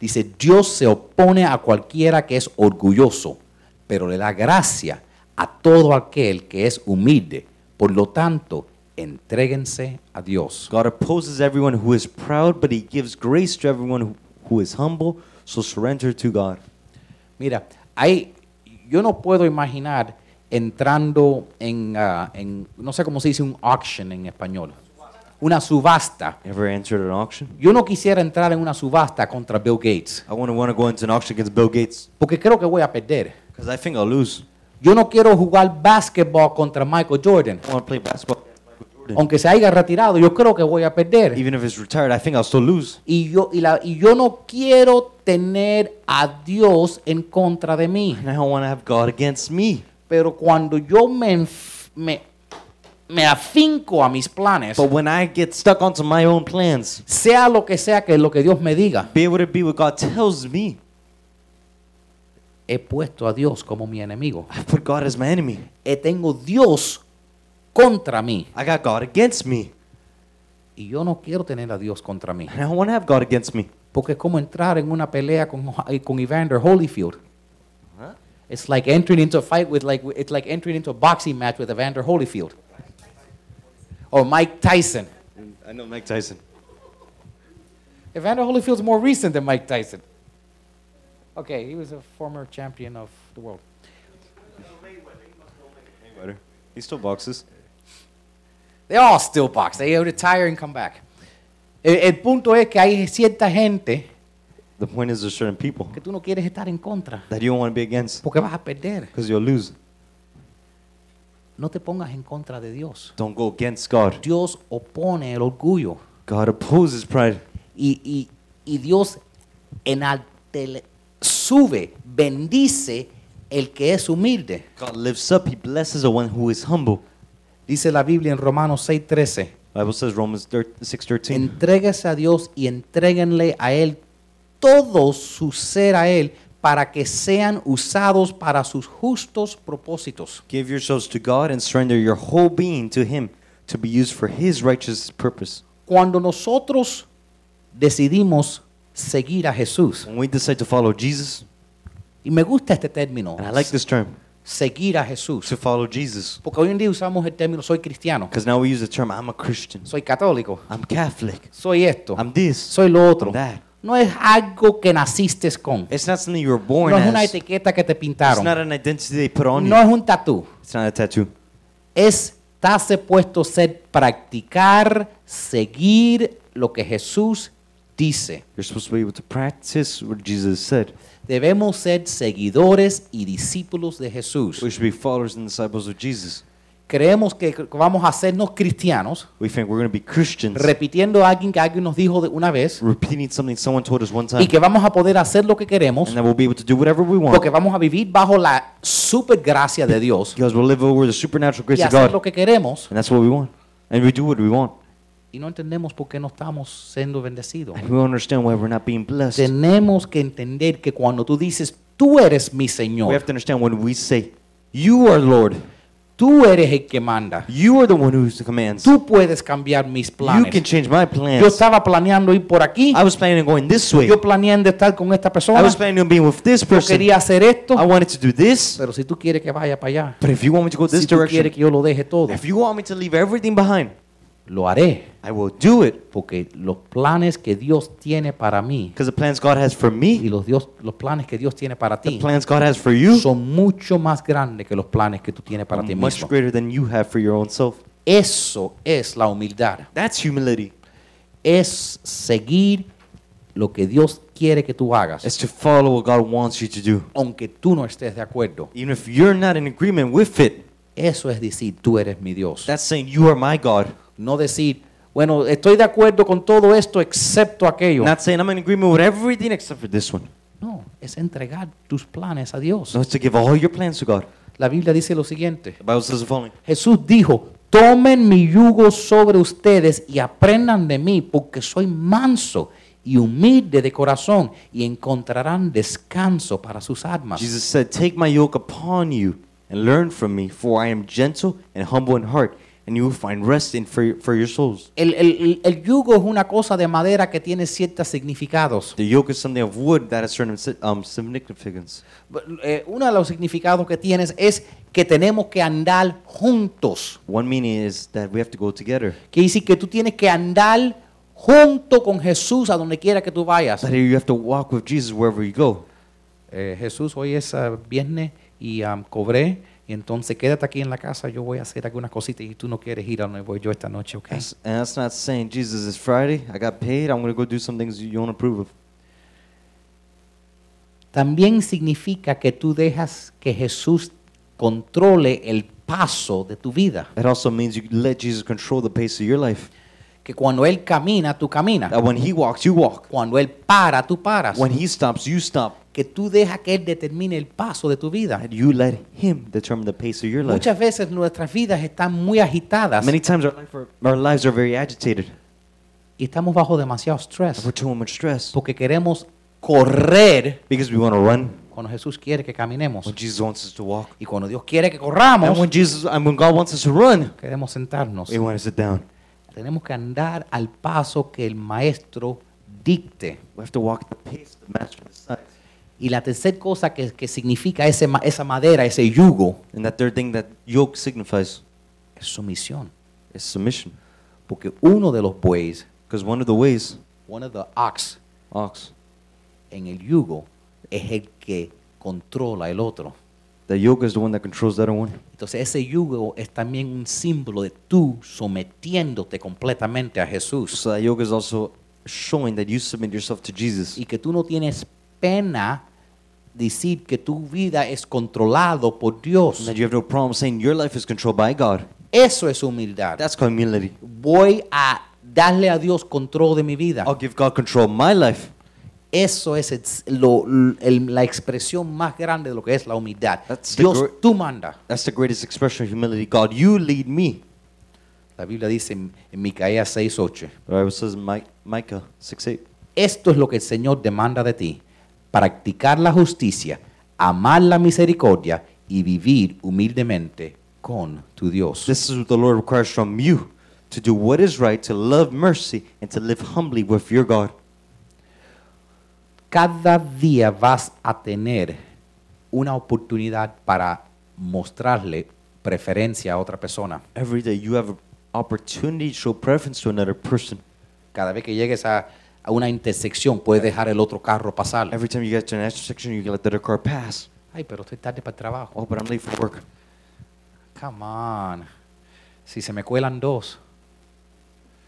Speaker 1: Dice, Dios se opone a cualquiera que es orgulloso, pero le da gracia a todo aquel que es humilde. Por lo tanto, entréguense a Dios.
Speaker 2: God opposes everyone who is proud, but he gives grace to everyone who, who is humble. So surrender to God.
Speaker 1: Mira, hay, yo no puedo imaginar entrando en, ah, en, no sé cómo se dice un auction en español, una subasta.
Speaker 2: Ever entered an auction?
Speaker 1: Yo no quisiera entrar en una subasta contra Bill Gates,
Speaker 2: I wouldn't want to go into an auction against Bill Gates
Speaker 1: porque creo que voy a perder.
Speaker 2: because I think I'll lose.
Speaker 1: Yo no quiero jugar básquetbol contra Michael Jordan.
Speaker 2: I want to play basketball. against Michael Jordan.
Speaker 1: Aunque se haya retirado, yo creo que voy a perder.
Speaker 2: Even if it's retired, I think I'll still lose.
Speaker 1: Y yo, y, la- y yo no quiero tener a Dios en contra de mí.
Speaker 2: And I don't want to have God against me.
Speaker 1: Pero cuando yo me, enf- me, me afinco a mis planes,
Speaker 2: But when I get stuck onto my own plans,
Speaker 1: sea lo que sea que lo que Dios me diga,
Speaker 2: be able to be what God tells me.
Speaker 1: he puesto a Dios como mi enemigo.
Speaker 2: I put God as my enemy.
Speaker 1: Eh, tengo Dios contra mí.
Speaker 2: I got God against me.
Speaker 1: Y yo no quiero tener a Dios contra mí.
Speaker 2: And I don't want to have God against me.
Speaker 1: Porque es como entrar en una pelea con, con Evander Holyfield. It's like entering into a fight with like it's like entering into a boxing match with Evander Holyfield or Mike Tyson.
Speaker 2: I know Mike Tyson.
Speaker 1: Evander Holyfield's more recent than Mike Tyson. Okay, he was a former champion of the world.
Speaker 2: He still boxes.
Speaker 1: They all still box. They retire and come back. El, el punto es que hay cierta gente
Speaker 2: The point is, there's certain people
Speaker 1: que tú no quieres estar en contra
Speaker 2: that you don't want to be against
Speaker 1: porque vas a perder.
Speaker 2: because you'll lose.
Speaker 1: No te pongas en contra de Dios.
Speaker 2: Don't go against God.
Speaker 1: Dios opone el orgullo.
Speaker 2: God opposes pride.
Speaker 1: Y, y- y Dios enaltele- sube, bendice el que es humilde.
Speaker 2: God lifts up. He blesses the one who is humble.
Speaker 1: Dice la Biblia en Romanos 6:13.
Speaker 2: Bible says Romans 6, 13.
Speaker 1: Entréguese a Dios y entréguenle a Él todo su ser a Él para que sean usados para sus justos propósitos.
Speaker 2: Give yourselves to God and surrender your whole being to Him to be used for His righteous purpose.
Speaker 1: Cuando nosotros decidimos seguir a Jesús,
Speaker 2: When we decide to follow Jesus,
Speaker 1: y me gusta este término,
Speaker 2: and I like this term,
Speaker 1: seguir a Jesús,
Speaker 2: to follow Jesus,
Speaker 1: porque hoy en día usamos el término soy cristiano,
Speaker 2: because now we use the term, I'm a Christian,
Speaker 1: soy católico,
Speaker 2: I'm Catholic,
Speaker 1: soy esto,
Speaker 2: I'm this,
Speaker 1: soy lo otro.
Speaker 2: I'm that.
Speaker 1: No es algo que naciste con.
Speaker 2: It's not something you were born
Speaker 1: No es una
Speaker 2: as.
Speaker 1: etiqueta que te
Speaker 2: It's not
Speaker 1: pintaron.
Speaker 2: an identity they put on
Speaker 1: No
Speaker 2: you.
Speaker 1: es un tatú.
Speaker 2: It's not a tattoo.
Speaker 1: Es estarse puesto a ser practicar, seguir lo que Jesús dice.
Speaker 2: You're supposed to be able to practice what Jesus said.
Speaker 1: Debemos ser seguidores y discípulos de Jesús.
Speaker 2: We should be followers and disciples of Jesus.
Speaker 1: creemos que cr- vamos a hacernos cristianos
Speaker 2: We think we're going to be Christians,
Speaker 1: repitiendo a alguien que alguien nos dijo de una vez
Speaker 2: repeating something someone told us
Speaker 1: y
Speaker 2: one time,
Speaker 1: que vamos a poder hacer lo que queremos
Speaker 2: and that we'll be able to do whatever we want
Speaker 1: porque vamos a vivir bajo la super gracia de Dios
Speaker 2: because we'll live over the supernatural grace
Speaker 1: y
Speaker 2: of
Speaker 1: hacer
Speaker 2: God,
Speaker 1: lo que queremos
Speaker 2: and that's what we want. And we do what we want,
Speaker 1: y no entendemos por qué no estamos siendo bendecidos.
Speaker 2: and we don't understand why we're not being blessed.
Speaker 1: Tenemos que entender que cuando tú dices, tú eres mi
Speaker 2: we have
Speaker 1: Señor,
Speaker 2: to understand when we say, "You are Lord,"
Speaker 1: tú eres el que manda,
Speaker 2: you are the one who commands.
Speaker 1: tú puedes cambiar mis
Speaker 2: You can
Speaker 1: planes.
Speaker 2: change my
Speaker 1: Yo
Speaker 2: plans.
Speaker 1: estaba planeando ir por aquí,
Speaker 2: I was planning on going this way.
Speaker 1: yo planeé de estar con esta
Speaker 2: I
Speaker 1: persona,
Speaker 2: was planning on being with this
Speaker 1: yo
Speaker 2: person.
Speaker 1: quería hacer esto,
Speaker 2: I wanted to do this,
Speaker 1: pero si tú quieres que vaya para allá,
Speaker 2: but if you want me to go this
Speaker 1: si tú quieres
Speaker 2: direction,
Speaker 1: que yo lo deje todo,
Speaker 2: if you want me to leave everything behind,
Speaker 1: lo haré,
Speaker 2: I will do it.
Speaker 1: porque los planes que Dios tiene para mí
Speaker 2: Because the plans God has for
Speaker 1: y
Speaker 2: me,
Speaker 1: los, Dios, los planes que Dios tiene para
Speaker 2: the
Speaker 1: ti
Speaker 2: plans God has for you,
Speaker 1: son mucho más grandes que los planes que tú tienes para
Speaker 2: are
Speaker 1: ti
Speaker 2: much
Speaker 1: mismo.
Speaker 2: greater than you have for your own self.
Speaker 1: Eso es la humildad.
Speaker 2: That's humility.
Speaker 1: es seguir lo que Dios quiere que tú hagas,
Speaker 2: It's to follow what God wants you to do.
Speaker 1: aunque tú no estés de acuerdo.
Speaker 2: Even if you're not in agreement with it,
Speaker 1: Eso es decir, tú eres mi Dios.
Speaker 2: that's saying you are my God.
Speaker 1: No decir, bueno, estoy de acuerdo con todo esto excepto aquello.
Speaker 2: Not saying I'm in agreement with everything except for this one.
Speaker 1: No, es entregar tus planes a Dios.
Speaker 2: So it's to give all your plans to God.
Speaker 1: La Biblia dice lo siguiente.
Speaker 2: The Bible says the following.
Speaker 1: Jesús dijo, tomen mi yugo sobre ustedes y aprendan de mí, porque soy manso y humilde de corazón y encontrarán descanso para sus almas.
Speaker 2: Jesus said, Take my yoke upon you and learn from me, for I am gentle and humble in heart, and you will find rest in for, for your souls.
Speaker 1: El, el- el- el yugo es una cosa de madera que tiene ciertos significados.
Speaker 2: The yoke is something of wood that has certain si- um, significance.
Speaker 1: Eh, uno de los significados que tienes es que tenemos que andar juntos.
Speaker 2: One meaning is that we have to go together.
Speaker 1: Que decir que tú tienes que andar junto con Jesús a donde quiera que tú vayas.
Speaker 2: That you have to walk with Jesus wherever you go.
Speaker 1: Eh, Jesús, hoy es ah, viernes y ah, cobré, y entonces quédate aquí en la casa, yo voy a hacer algunas cositas y tú no quieres ir a donde voy yo esta noche, ¿ok?
Speaker 2: That's- and that's not saying, Jesus, it's Friday, I got paid, I'm going to go do some things you don't approve of.
Speaker 1: También significa que tú dejas que Jesús controle el paso de tu vida.
Speaker 2: That also means you let Jesus control the pace of your life.
Speaker 1: que cuando él camina, tú caminas.
Speaker 2: That when He walks, you walk.
Speaker 1: Cuando él para, tú paras.
Speaker 2: When He stops, you stop.
Speaker 1: Que tú dejas que él determine el paso de tu vida.
Speaker 2: That you let Him determine the pace of your life.
Speaker 1: Muchas veces nuestras vidas están muy agitadas
Speaker 2: Many times our, life are, our lives are very agitated.
Speaker 1: y estamos bajo demasiado
Speaker 2: We're
Speaker 1: estrés
Speaker 2: too much stress
Speaker 1: porque queremos correr
Speaker 2: because we want to run
Speaker 1: cuando Jesús quiere que caminemos
Speaker 2: when Jesus wants us to walk.
Speaker 1: y cuando Dios quiere que
Speaker 2: And
Speaker 1: corramos
Speaker 2: when Jesus and when God wants us to run,
Speaker 1: queremos sentarnos.
Speaker 2: we want to sit down.
Speaker 1: Tenemos que andar al paso que el maestro dicte.
Speaker 2: We have to walk the pace of the master decides.
Speaker 1: Y la tercera cosa que, que significa ese ma- esa madera, ese yugo,
Speaker 2: And that third thing that yoke signifies
Speaker 1: es sumisión.
Speaker 2: is submission.
Speaker 1: Porque uno de los bueyes
Speaker 2: Because one of the ways,
Speaker 1: one of the ox
Speaker 2: ox,
Speaker 1: en el yugo es el que controla el otro.
Speaker 2: the yoke is the one that controls the other one.
Speaker 1: Entonces ese yugo es también un símbolo de tú sometiéndote completamente a Jesús
Speaker 2: So that yoke is also showing that you submit yourself to Jesus.
Speaker 1: y que tú no tienes pena decir que tu vida es controlado por
Speaker 2: And
Speaker 1: Dios.
Speaker 2: that you have no problem saying your life is controlled by God.
Speaker 1: Eso es humildad.
Speaker 2: That's called humility.
Speaker 1: Voy a darle a Dios control de mi vida.
Speaker 2: I'll give God control of my life.
Speaker 1: Eso es ex- lo- el- la expresión más grande de lo que es la humildad.
Speaker 2: That's the
Speaker 1: Dios,
Speaker 2: gr-
Speaker 1: tú manda.
Speaker 2: That's the greatest expression of humility. God, you lead me.
Speaker 1: La Biblia dice en, en Micaías 6:8.
Speaker 2: The Bible says in Mi- Micah 6 8.
Speaker 1: Esto es lo que el Señor demanda de ti, practicar la justicia, amar la misericordia y vivir humildemente con tu Dios.
Speaker 2: This is what the Lord requires from you to do what is right, to love mercy, and to live humbly with your God.
Speaker 1: Cada día vas a tener una oportunidad para mostrarle preferencia a otra persona.
Speaker 2: Every day you have an opportunity to show preference to another person.
Speaker 1: Cada vez que llegues a, a una intersección, puedes dejar el otro carro pasar.
Speaker 2: Every time you get to an intersection, you can let the other car pass.
Speaker 1: Ay, pero estoy tarde para el trabajo.
Speaker 2: Oh, but I'm late for work.
Speaker 1: Come on. Si se me cuelan dos.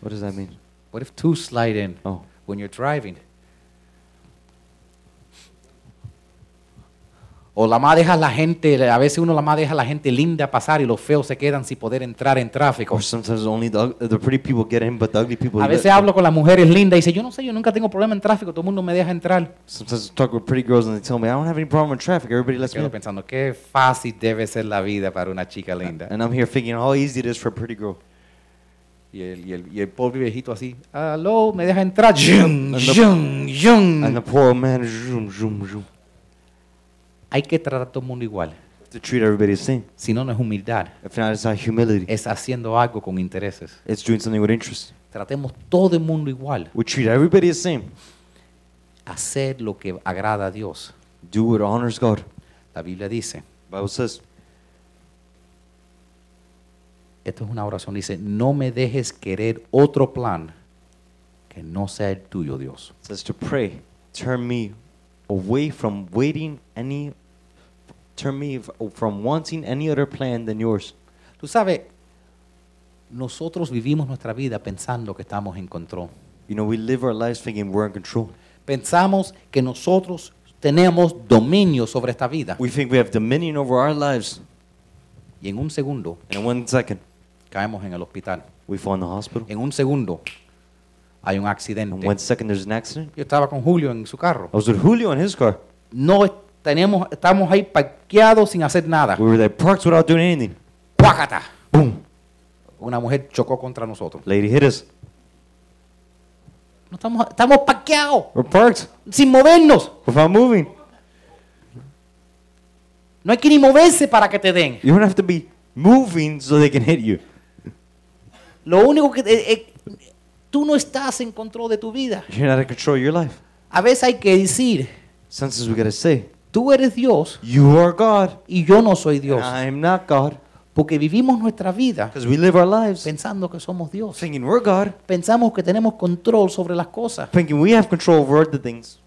Speaker 2: What does that mean?
Speaker 1: What if two slide in
Speaker 2: Oh.
Speaker 1: when you're driving? O la más deja la gente, a veces uno la más deja la gente linda pasar y los feos se quedan sin poder entrar en tráfico.
Speaker 2: Or sometimes only the, ug- the pretty people get in, but the ugly people.
Speaker 1: A
Speaker 2: let-
Speaker 1: veces hablo con las mujeres lindas y dice, yo no sé, yo nunca tengo problema en tráfico, todo el mundo me deja entrar.
Speaker 2: Sometimes I talk with pretty girls and they tell me I don't have any problem with traffic. Everybody lets me.
Speaker 1: Quedo
Speaker 2: in."
Speaker 1: pensando, qué fácil debe ser la vida para una chica linda.
Speaker 2: And I'm here figuring how easy it is for a pretty girl.
Speaker 1: Y el, y el- y el pobre viejito así, aló, me deja entrar. Yun,
Speaker 2: And the-
Speaker 1: yun, yun.
Speaker 2: And the poor old man, zoom, zoom, zoom.
Speaker 1: Hay que tratar a todo el mundo igual.
Speaker 2: To treat everybody the same.
Speaker 1: Si no, no es humildad.
Speaker 2: If not, it's not humility.
Speaker 1: Es haciendo algo con intereses.
Speaker 2: It's doing something with interest.
Speaker 1: Tratemos todo el mundo igual.
Speaker 2: We treat everybody the same.
Speaker 1: Hacer lo que agrada a Dios.
Speaker 2: Do what honors God.
Speaker 1: La Biblia dice,
Speaker 2: Bible says,
Speaker 1: esto es una oración, dice, no me dejes querer otro plan que no sea el tuyo, Dios.
Speaker 2: says to pray, turn me away from waiting any, turn me f- from wanting any other plan than yours.
Speaker 1: Tú sabes, nosotros vivimos nuestra vida pensando que estamos en control.
Speaker 2: You know, we live our lives thinking we're in control.
Speaker 1: Pensamos que nosotros tenemos dominio sobre esta vida.
Speaker 2: We think we have dominion over our lives.
Speaker 1: Y en un segundo
Speaker 2: And in one second,
Speaker 1: caemos en el hospital.
Speaker 2: we fall in the hospital.
Speaker 1: En un segundo hay un
Speaker 2: In
Speaker 1: accidente.
Speaker 2: one second, there's an accident.
Speaker 1: Yo estaba con Julio en su carro.
Speaker 2: I was with Julio in his car.
Speaker 1: No es- tenemos, estamos ahí parqueados sin hacer nada.
Speaker 2: We were there parked without doing anything.
Speaker 1: ¡Pácata!
Speaker 2: Boom!
Speaker 1: Una mujer chocó contra nosotros.
Speaker 2: Lady hit us.
Speaker 1: No estamos, estamos parqueados,
Speaker 2: We're parked
Speaker 1: sin movernos.
Speaker 2: without moving.
Speaker 1: No hay que ni moverse para que te den.
Speaker 2: You don't have to be moving so they can hit you.
Speaker 1: Lo único que... eh, eh, tú no estás en control de tu vida.
Speaker 2: You're not in control of your life.
Speaker 1: A veces hay que decir,
Speaker 2: Sometimes we gotta say,
Speaker 1: tú eres Dios
Speaker 2: You are God.
Speaker 1: y yo no soy Dios.
Speaker 2: I am not God.
Speaker 1: Porque vivimos nuestra vida
Speaker 2: Because we live our lives
Speaker 1: pensando que somos Dios.
Speaker 2: thinking we're God,
Speaker 1: Pensamos que tenemos control sobre las cosas.
Speaker 2: thinking we have control over the things.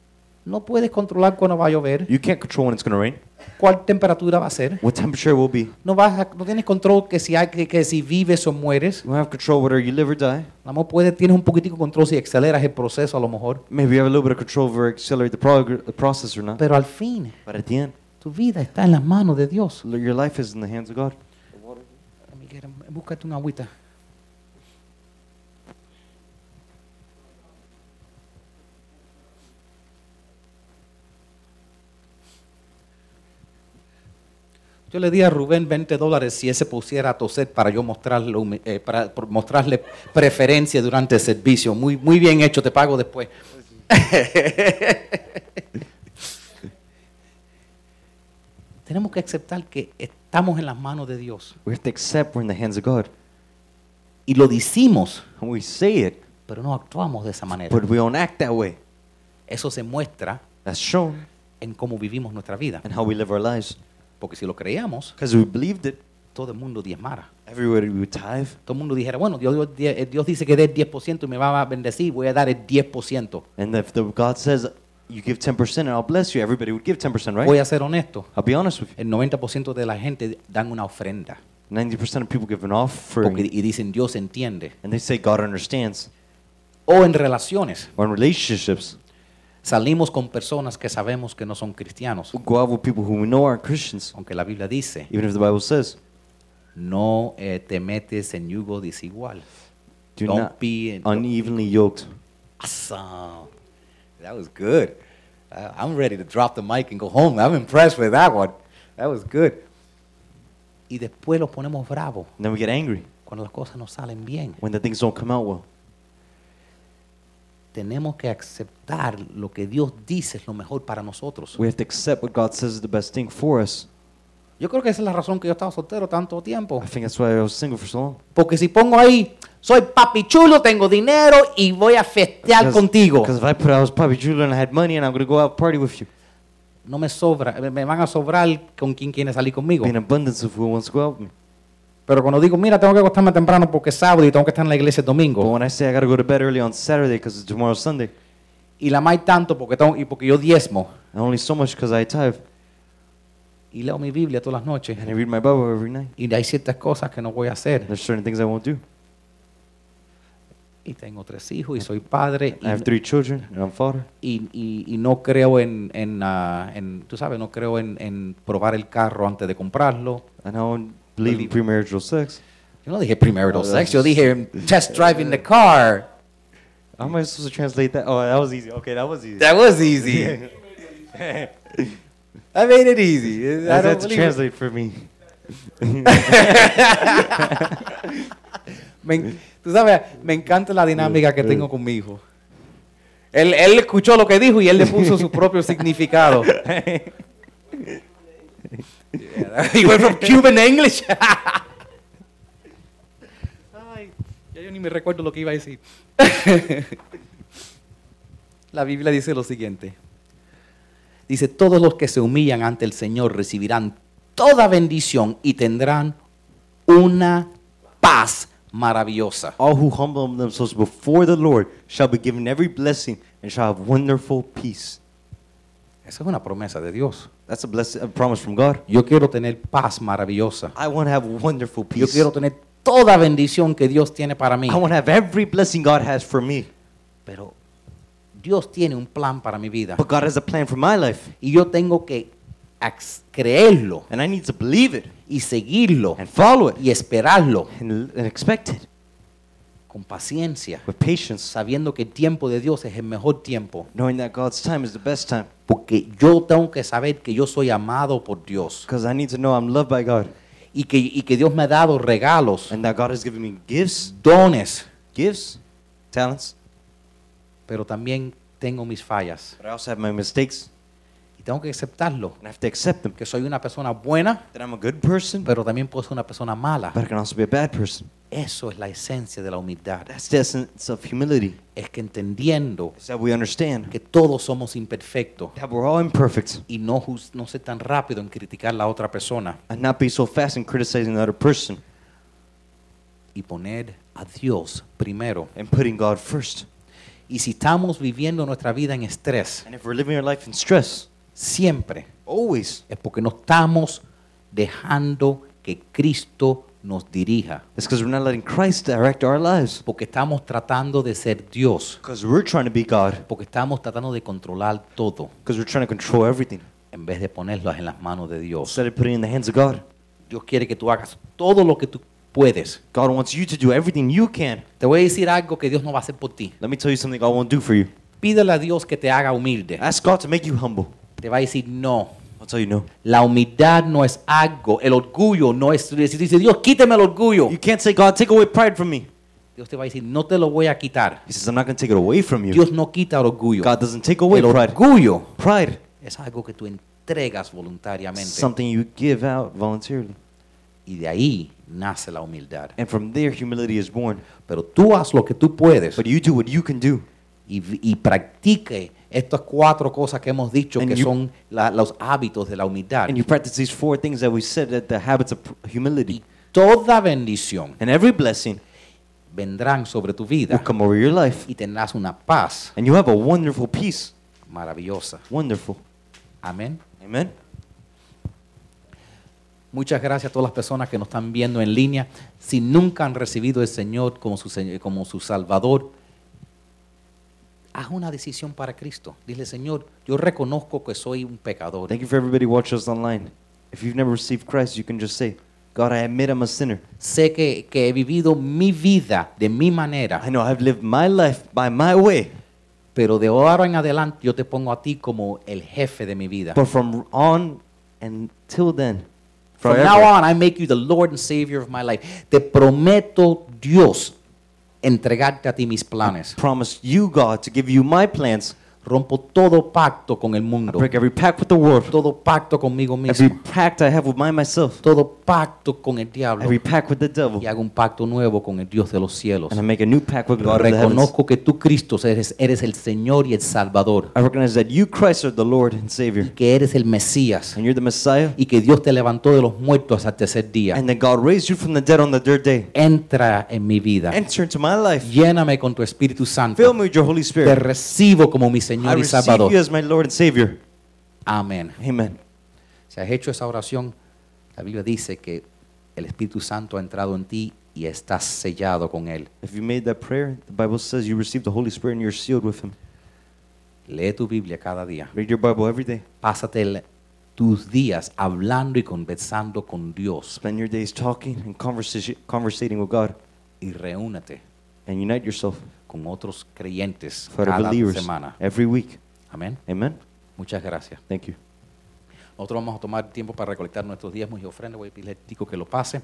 Speaker 1: No puedes controlar cuándo va a llover,
Speaker 2: You can't control when it's gonna rain,
Speaker 1: cuál temperatura va a ser.
Speaker 2: what temperature it will be.
Speaker 1: No, vas a- no tienes control que si, hay, que, que si vives o mueres.
Speaker 2: You don't have control whether you live or die.
Speaker 1: A lo mejor puedes, tienes un poquitico de control si aceleras el proceso a lo mejor.
Speaker 2: Maybe you have a little bit of control over accelerate the, prog- the process or not.
Speaker 1: Pero al fin,
Speaker 2: But at the end,
Speaker 1: tu vida está en las manos de Dios.
Speaker 2: l- your life is in the hands of God.
Speaker 1: Miguel, búscate una agüita. Yo le di a Rubén 20 dólares si ese pusiera a toser para yo mostrarle, humi- eh, para por- mostrarle preferencia durante el servicio. Muy, muy bien hecho, te pago después. <laughs> Tenemos que aceptar que estamos en las manos de Dios.
Speaker 2: We have to accept we're in the hands of God.
Speaker 1: Y lo decimos,
Speaker 2: And we say it,
Speaker 1: pero no actuamos de esa manera.
Speaker 2: but we don't act that way.
Speaker 1: Eso se muestra
Speaker 2: That's shown
Speaker 1: en cómo vivimos nuestra vida.
Speaker 2: in how we live our lives.
Speaker 1: Porque si lo creíamos,
Speaker 2: Because we believed it,
Speaker 1: todo el mundo diezmara.
Speaker 2: everywhere we would tithe.
Speaker 1: Todo el mundo dijera, bueno, Dios, dio die- eh, Dios dice que dé el 10% y me va a bendecir, voy a dar el 10%.
Speaker 2: And if the God says you give 10% and I'll bless you, everybody would give 10%, right?
Speaker 1: Voy a ser honesto,
Speaker 2: I'll be honest with you.
Speaker 1: el 90% de la gente dan una ofrenda.
Speaker 2: 90% of people give an
Speaker 1: Porque,
Speaker 2: offering
Speaker 1: y dicen, Dios entiende.
Speaker 2: and they say God understands.
Speaker 1: O en relaciones,
Speaker 2: Or in relationships,
Speaker 1: salimos con personas que sabemos que no son cristianos.
Speaker 2: we go out with people who we know aren't Christians,
Speaker 1: Aunque la Biblia dice,
Speaker 2: even if the Bible says,
Speaker 1: no eh, te metes en yugo desigual.
Speaker 2: do
Speaker 1: Don't
Speaker 2: not
Speaker 1: be in-
Speaker 2: unevenly yoked.
Speaker 1: Awesome. That was good. I- I'm ready to drop the mic and go home. I'm impressed with that one. That was good. Y después los ponemos bravos
Speaker 2: And then we get angry
Speaker 1: cuando las cosas no salen bien.
Speaker 2: when the things don't come out well.
Speaker 1: Tenemos que aceptar lo que Dios dice es lo mejor para nosotros.
Speaker 2: We have to accept what God says is the best thing for us.
Speaker 1: Yo creo que esa es la razón que yo estaba soltero tanto tiempo.
Speaker 2: I think that's why I was single for so long.
Speaker 1: Porque si pongo ahí, soy papi chulo, tengo dinero y voy a festear contigo.
Speaker 2: Because if I put out, I was probably Julia and I had money and I'm going to go out party with you.
Speaker 1: No me sobra, me- me van a sobrar con quien quiere salir conmigo.
Speaker 2: Be in abundance of who wants to go out with me.
Speaker 1: Pero cuando digo, mira, tengo que acostarme temprano porque es sábado y tengo que estar en la iglesia el
Speaker 2: But
Speaker 1: domingo.
Speaker 2: when I say I got to go to bed early on Saturday because tomorrow's Sunday,
Speaker 1: Y la más tanto porque, tengo, y porque yo diezmo.
Speaker 2: And only so much because I tithe
Speaker 1: Y leo mi Biblia todas las noches.
Speaker 2: and I read my Bible every night.
Speaker 1: Y hay ciertas cosas que no voy a hacer.
Speaker 2: There's certain things I won't do.
Speaker 1: y tengo tres hijos y soy padre y,
Speaker 2: I have three children and I'm father.
Speaker 1: y- y- y no creo en, en, ah, en- tú sabes, no creo en, en probar el carro antes de comprarlo.
Speaker 2: And I don't believe in premarital sex.
Speaker 1: Yo no dije premarital
Speaker 2: Oh,
Speaker 1: sex, yo
Speaker 2: that's-
Speaker 1: dije test driving the car.
Speaker 2: How am I supposed to translate that? Oh, that was easy. Okay, that was easy.
Speaker 1: That was
Speaker 2: <laughs>
Speaker 1: easy. <laughs> I made it easy. I
Speaker 2: That's
Speaker 1: don't
Speaker 2: had to
Speaker 1: believe it.
Speaker 2: translate for me.
Speaker 1: <laughs> Me en- tú sabes, me encanta la dinámica que tengo con mi hijo. Él, él escuchó lo que dijo y él le puso su propio significado. Yeah, he went from Cuban to English. <laughs> Ay, ya yo ni me recuerdo lo que iba a decir. <laughs> la Biblia dice lo siguiente. Dice, todos los que se humillan ante el Señor recibirán toda bendición y tendrán una paz maravillosa.
Speaker 2: All who humble themselves before the Lord shall be given every blessing and shall have wonderful peace.
Speaker 1: Esa es una promesa de Dios.
Speaker 2: That's a blessing, a promise from God.
Speaker 1: Yo quiero tener paz maravillosa.
Speaker 2: I want to have wonderful
Speaker 1: Yo
Speaker 2: peace.
Speaker 1: quiero tener toda bendición que Dios tiene para mí.
Speaker 2: I want to have every blessing God has for me.
Speaker 1: Pero Dios tiene un plan para mi vida.
Speaker 2: But God has a plan for my life,
Speaker 1: Y yo tengo que ac- creerlo
Speaker 2: and I need to believe it
Speaker 1: y seguirlo
Speaker 2: and follow it
Speaker 1: y esperarlo
Speaker 2: and, and expect it
Speaker 1: con paciencia,
Speaker 2: with patience,
Speaker 1: sabiendo que el tiempo de Dios es el mejor tiempo.
Speaker 2: knowing that God's time is the best time.
Speaker 1: Porque yo tengo que saber que yo soy amado por Dios
Speaker 2: Because I need to know I'm loved by God,
Speaker 1: y que, y que Dios me ha dado regalos,
Speaker 2: and that God has given me gifts,
Speaker 1: dones,
Speaker 2: gifts, talents.
Speaker 1: pero también tengo mis fallas.
Speaker 2: But I also have my mistakes,
Speaker 1: Y tengo que aceptarlo,
Speaker 2: and I have to accept them.
Speaker 1: que soy una persona buena,
Speaker 2: That I'm a good person, but
Speaker 1: pero también puedo ser una persona mala.
Speaker 2: I can also be a bad person.
Speaker 1: Eso es la esencia de la humildad.
Speaker 2: That's the essence of humility.
Speaker 1: Es que entendiendo
Speaker 2: It's that we understand
Speaker 1: que todos somos imperfectos
Speaker 2: that we're all imperfect,
Speaker 1: y no, juz- no ser tan rápido en criticar a la otra persona
Speaker 2: and not be so fast in criticizing another person,
Speaker 1: y poner a Dios primero.
Speaker 2: and putting God first.
Speaker 1: Y si estamos viviendo nuestra vida en estrés,
Speaker 2: And if we're living our life in stress,
Speaker 1: siempre
Speaker 2: always
Speaker 1: es porque no estamos dejando que Cristo nos dirija,
Speaker 2: It's because we're not letting Christ direct our lives.
Speaker 1: porque estamos tratando de ser Dios,
Speaker 2: Because we're trying to be God.
Speaker 1: porque estamos tratando de controlar todo
Speaker 2: Because we're trying to control everything.
Speaker 1: en vez de ponerlos en las manos de Dios.
Speaker 2: Instead of putting it in the hands of God.
Speaker 1: Dios quiere que tú hagas todo lo que tú puedes.
Speaker 2: God wants you to do everything you can.
Speaker 1: Te voy a decir algo que Dios no va a hacer por ti.
Speaker 2: Let me tell you something God won't do for you.
Speaker 1: Pídele a Dios que te haga humilde.
Speaker 2: Ask God to make you humble.
Speaker 1: Te va a decir no.
Speaker 2: I'll tell you no.
Speaker 1: La humildad no es algo, el orgullo no es. Si dice Dios, quíteme el orgullo.
Speaker 2: You can't say, God, take away pride from me.
Speaker 1: Dios te va a decir, no te lo voy a quitar.
Speaker 2: He says, I'm not going to take it away from you.
Speaker 1: Dios no quita el orgullo.
Speaker 2: God doesn't take away
Speaker 1: El
Speaker 2: pride.
Speaker 1: orgullo
Speaker 2: Pride
Speaker 1: es algo que tú entregas voluntariamente.
Speaker 2: is something you give out voluntarily.
Speaker 1: y de ahí nace la humildad.
Speaker 2: And from there, humility is born.
Speaker 1: Pero tú haz lo que tú puedes
Speaker 2: But you do what you can do.
Speaker 1: y, y practique estas cuatro cosas que hemos dicho
Speaker 2: And
Speaker 1: que
Speaker 2: you-
Speaker 1: son la- los hábitos de la humildad.
Speaker 2: And you practice these four things that we said that the habits of pr- humility.
Speaker 1: y toda bendición
Speaker 2: And every blessing
Speaker 1: vendrán sobre tu
Speaker 2: will
Speaker 1: vida
Speaker 2: come over your life.
Speaker 1: y tendrás una paz
Speaker 2: And you have a wonderful peace.
Speaker 1: maravillosa.
Speaker 2: Wonderful.
Speaker 1: Amén.
Speaker 2: Amen.
Speaker 1: Muchas gracias a todas las personas que nos están viendo en línea. Si nunca han recibido al Señor como su, Señ- como su Salvador, haz una decisión para Cristo. Dile, Señor, yo reconozco que soy un pecador.
Speaker 2: Thank you for everybody watching us online. If you've never received Christ, you can just say, God, I admit I'm a sinner.
Speaker 1: Sé que, que he vivido mi vida de mi
Speaker 2: I
Speaker 1: manera,
Speaker 2: know I've lived my life by my way,
Speaker 1: pero de ahora en adelante yo te pongo a ti como el jefe de mi vida.
Speaker 2: but from on until then,
Speaker 1: From
Speaker 2: forever,
Speaker 1: now on, I make you the Lord and Savior of my life. Te prometo, Dios, entregarte a ti mis planes.
Speaker 2: promise you, God, to give you my plans.
Speaker 1: Rompo todo pacto con el
Speaker 2: I
Speaker 1: mundo.
Speaker 2: break every pact with the world,
Speaker 1: todo pacto conmigo
Speaker 2: every
Speaker 1: mismo,
Speaker 2: pact I have with my myself,
Speaker 1: todo pacto con el diablo
Speaker 2: every pact with the devil,
Speaker 1: y hago un pacto nuevo con el Dios de los cielos.
Speaker 2: and I make a new pact with God of the heavens.
Speaker 1: Reconozco que tú, Cristo, eres, eres el Señor y el Salvador,
Speaker 2: I recognize that you, Christ, are the Lord and Savior,
Speaker 1: que eres el Mesías
Speaker 2: and you're the Messiah,
Speaker 1: y que Dios te levantó de los muertos al tercer día.
Speaker 2: and that God raised you from the dead on the third day.
Speaker 1: Entra en mi vida,
Speaker 2: Enter into my life.
Speaker 1: lléname con tu Espíritu
Speaker 2: Fill
Speaker 1: Santo,
Speaker 2: me with your Holy
Speaker 1: te
Speaker 2: Spirit.
Speaker 1: recibo como mi
Speaker 2: I
Speaker 1: Señor y
Speaker 2: receive you
Speaker 1: Salvador.
Speaker 2: as my Lord and Savior.
Speaker 1: Amén.
Speaker 2: Amen.
Speaker 1: Si has hecho esa oración, la Biblia dice que el Espíritu Santo ha entrado en ti y estás sellado con Él.
Speaker 2: If you made that prayer, the Bible says you received the Holy Spirit and you're sealed with Him.
Speaker 1: Lee tu Biblia cada día.
Speaker 2: Read your Bible every day.
Speaker 1: Pásate el- tus días hablando y conversando con Dios
Speaker 2: Spend your days talking and conversation, conversating with God
Speaker 1: y reúnete
Speaker 2: and unite yourself
Speaker 1: con otros creyentes
Speaker 2: for
Speaker 1: cada
Speaker 2: believers
Speaker 1: semana.
Speaker 2: every week.
Speaker 1: Amén.
Speaker 2: Amen.
Speaker 1: Muchas gracias.
Speaker 2: Thank you.
Speaker 1: Nosotros vamos a tomar tiempo para recolectar nuestros diezmos y ofrendas. Voy a pedirle a Tico que lo pase.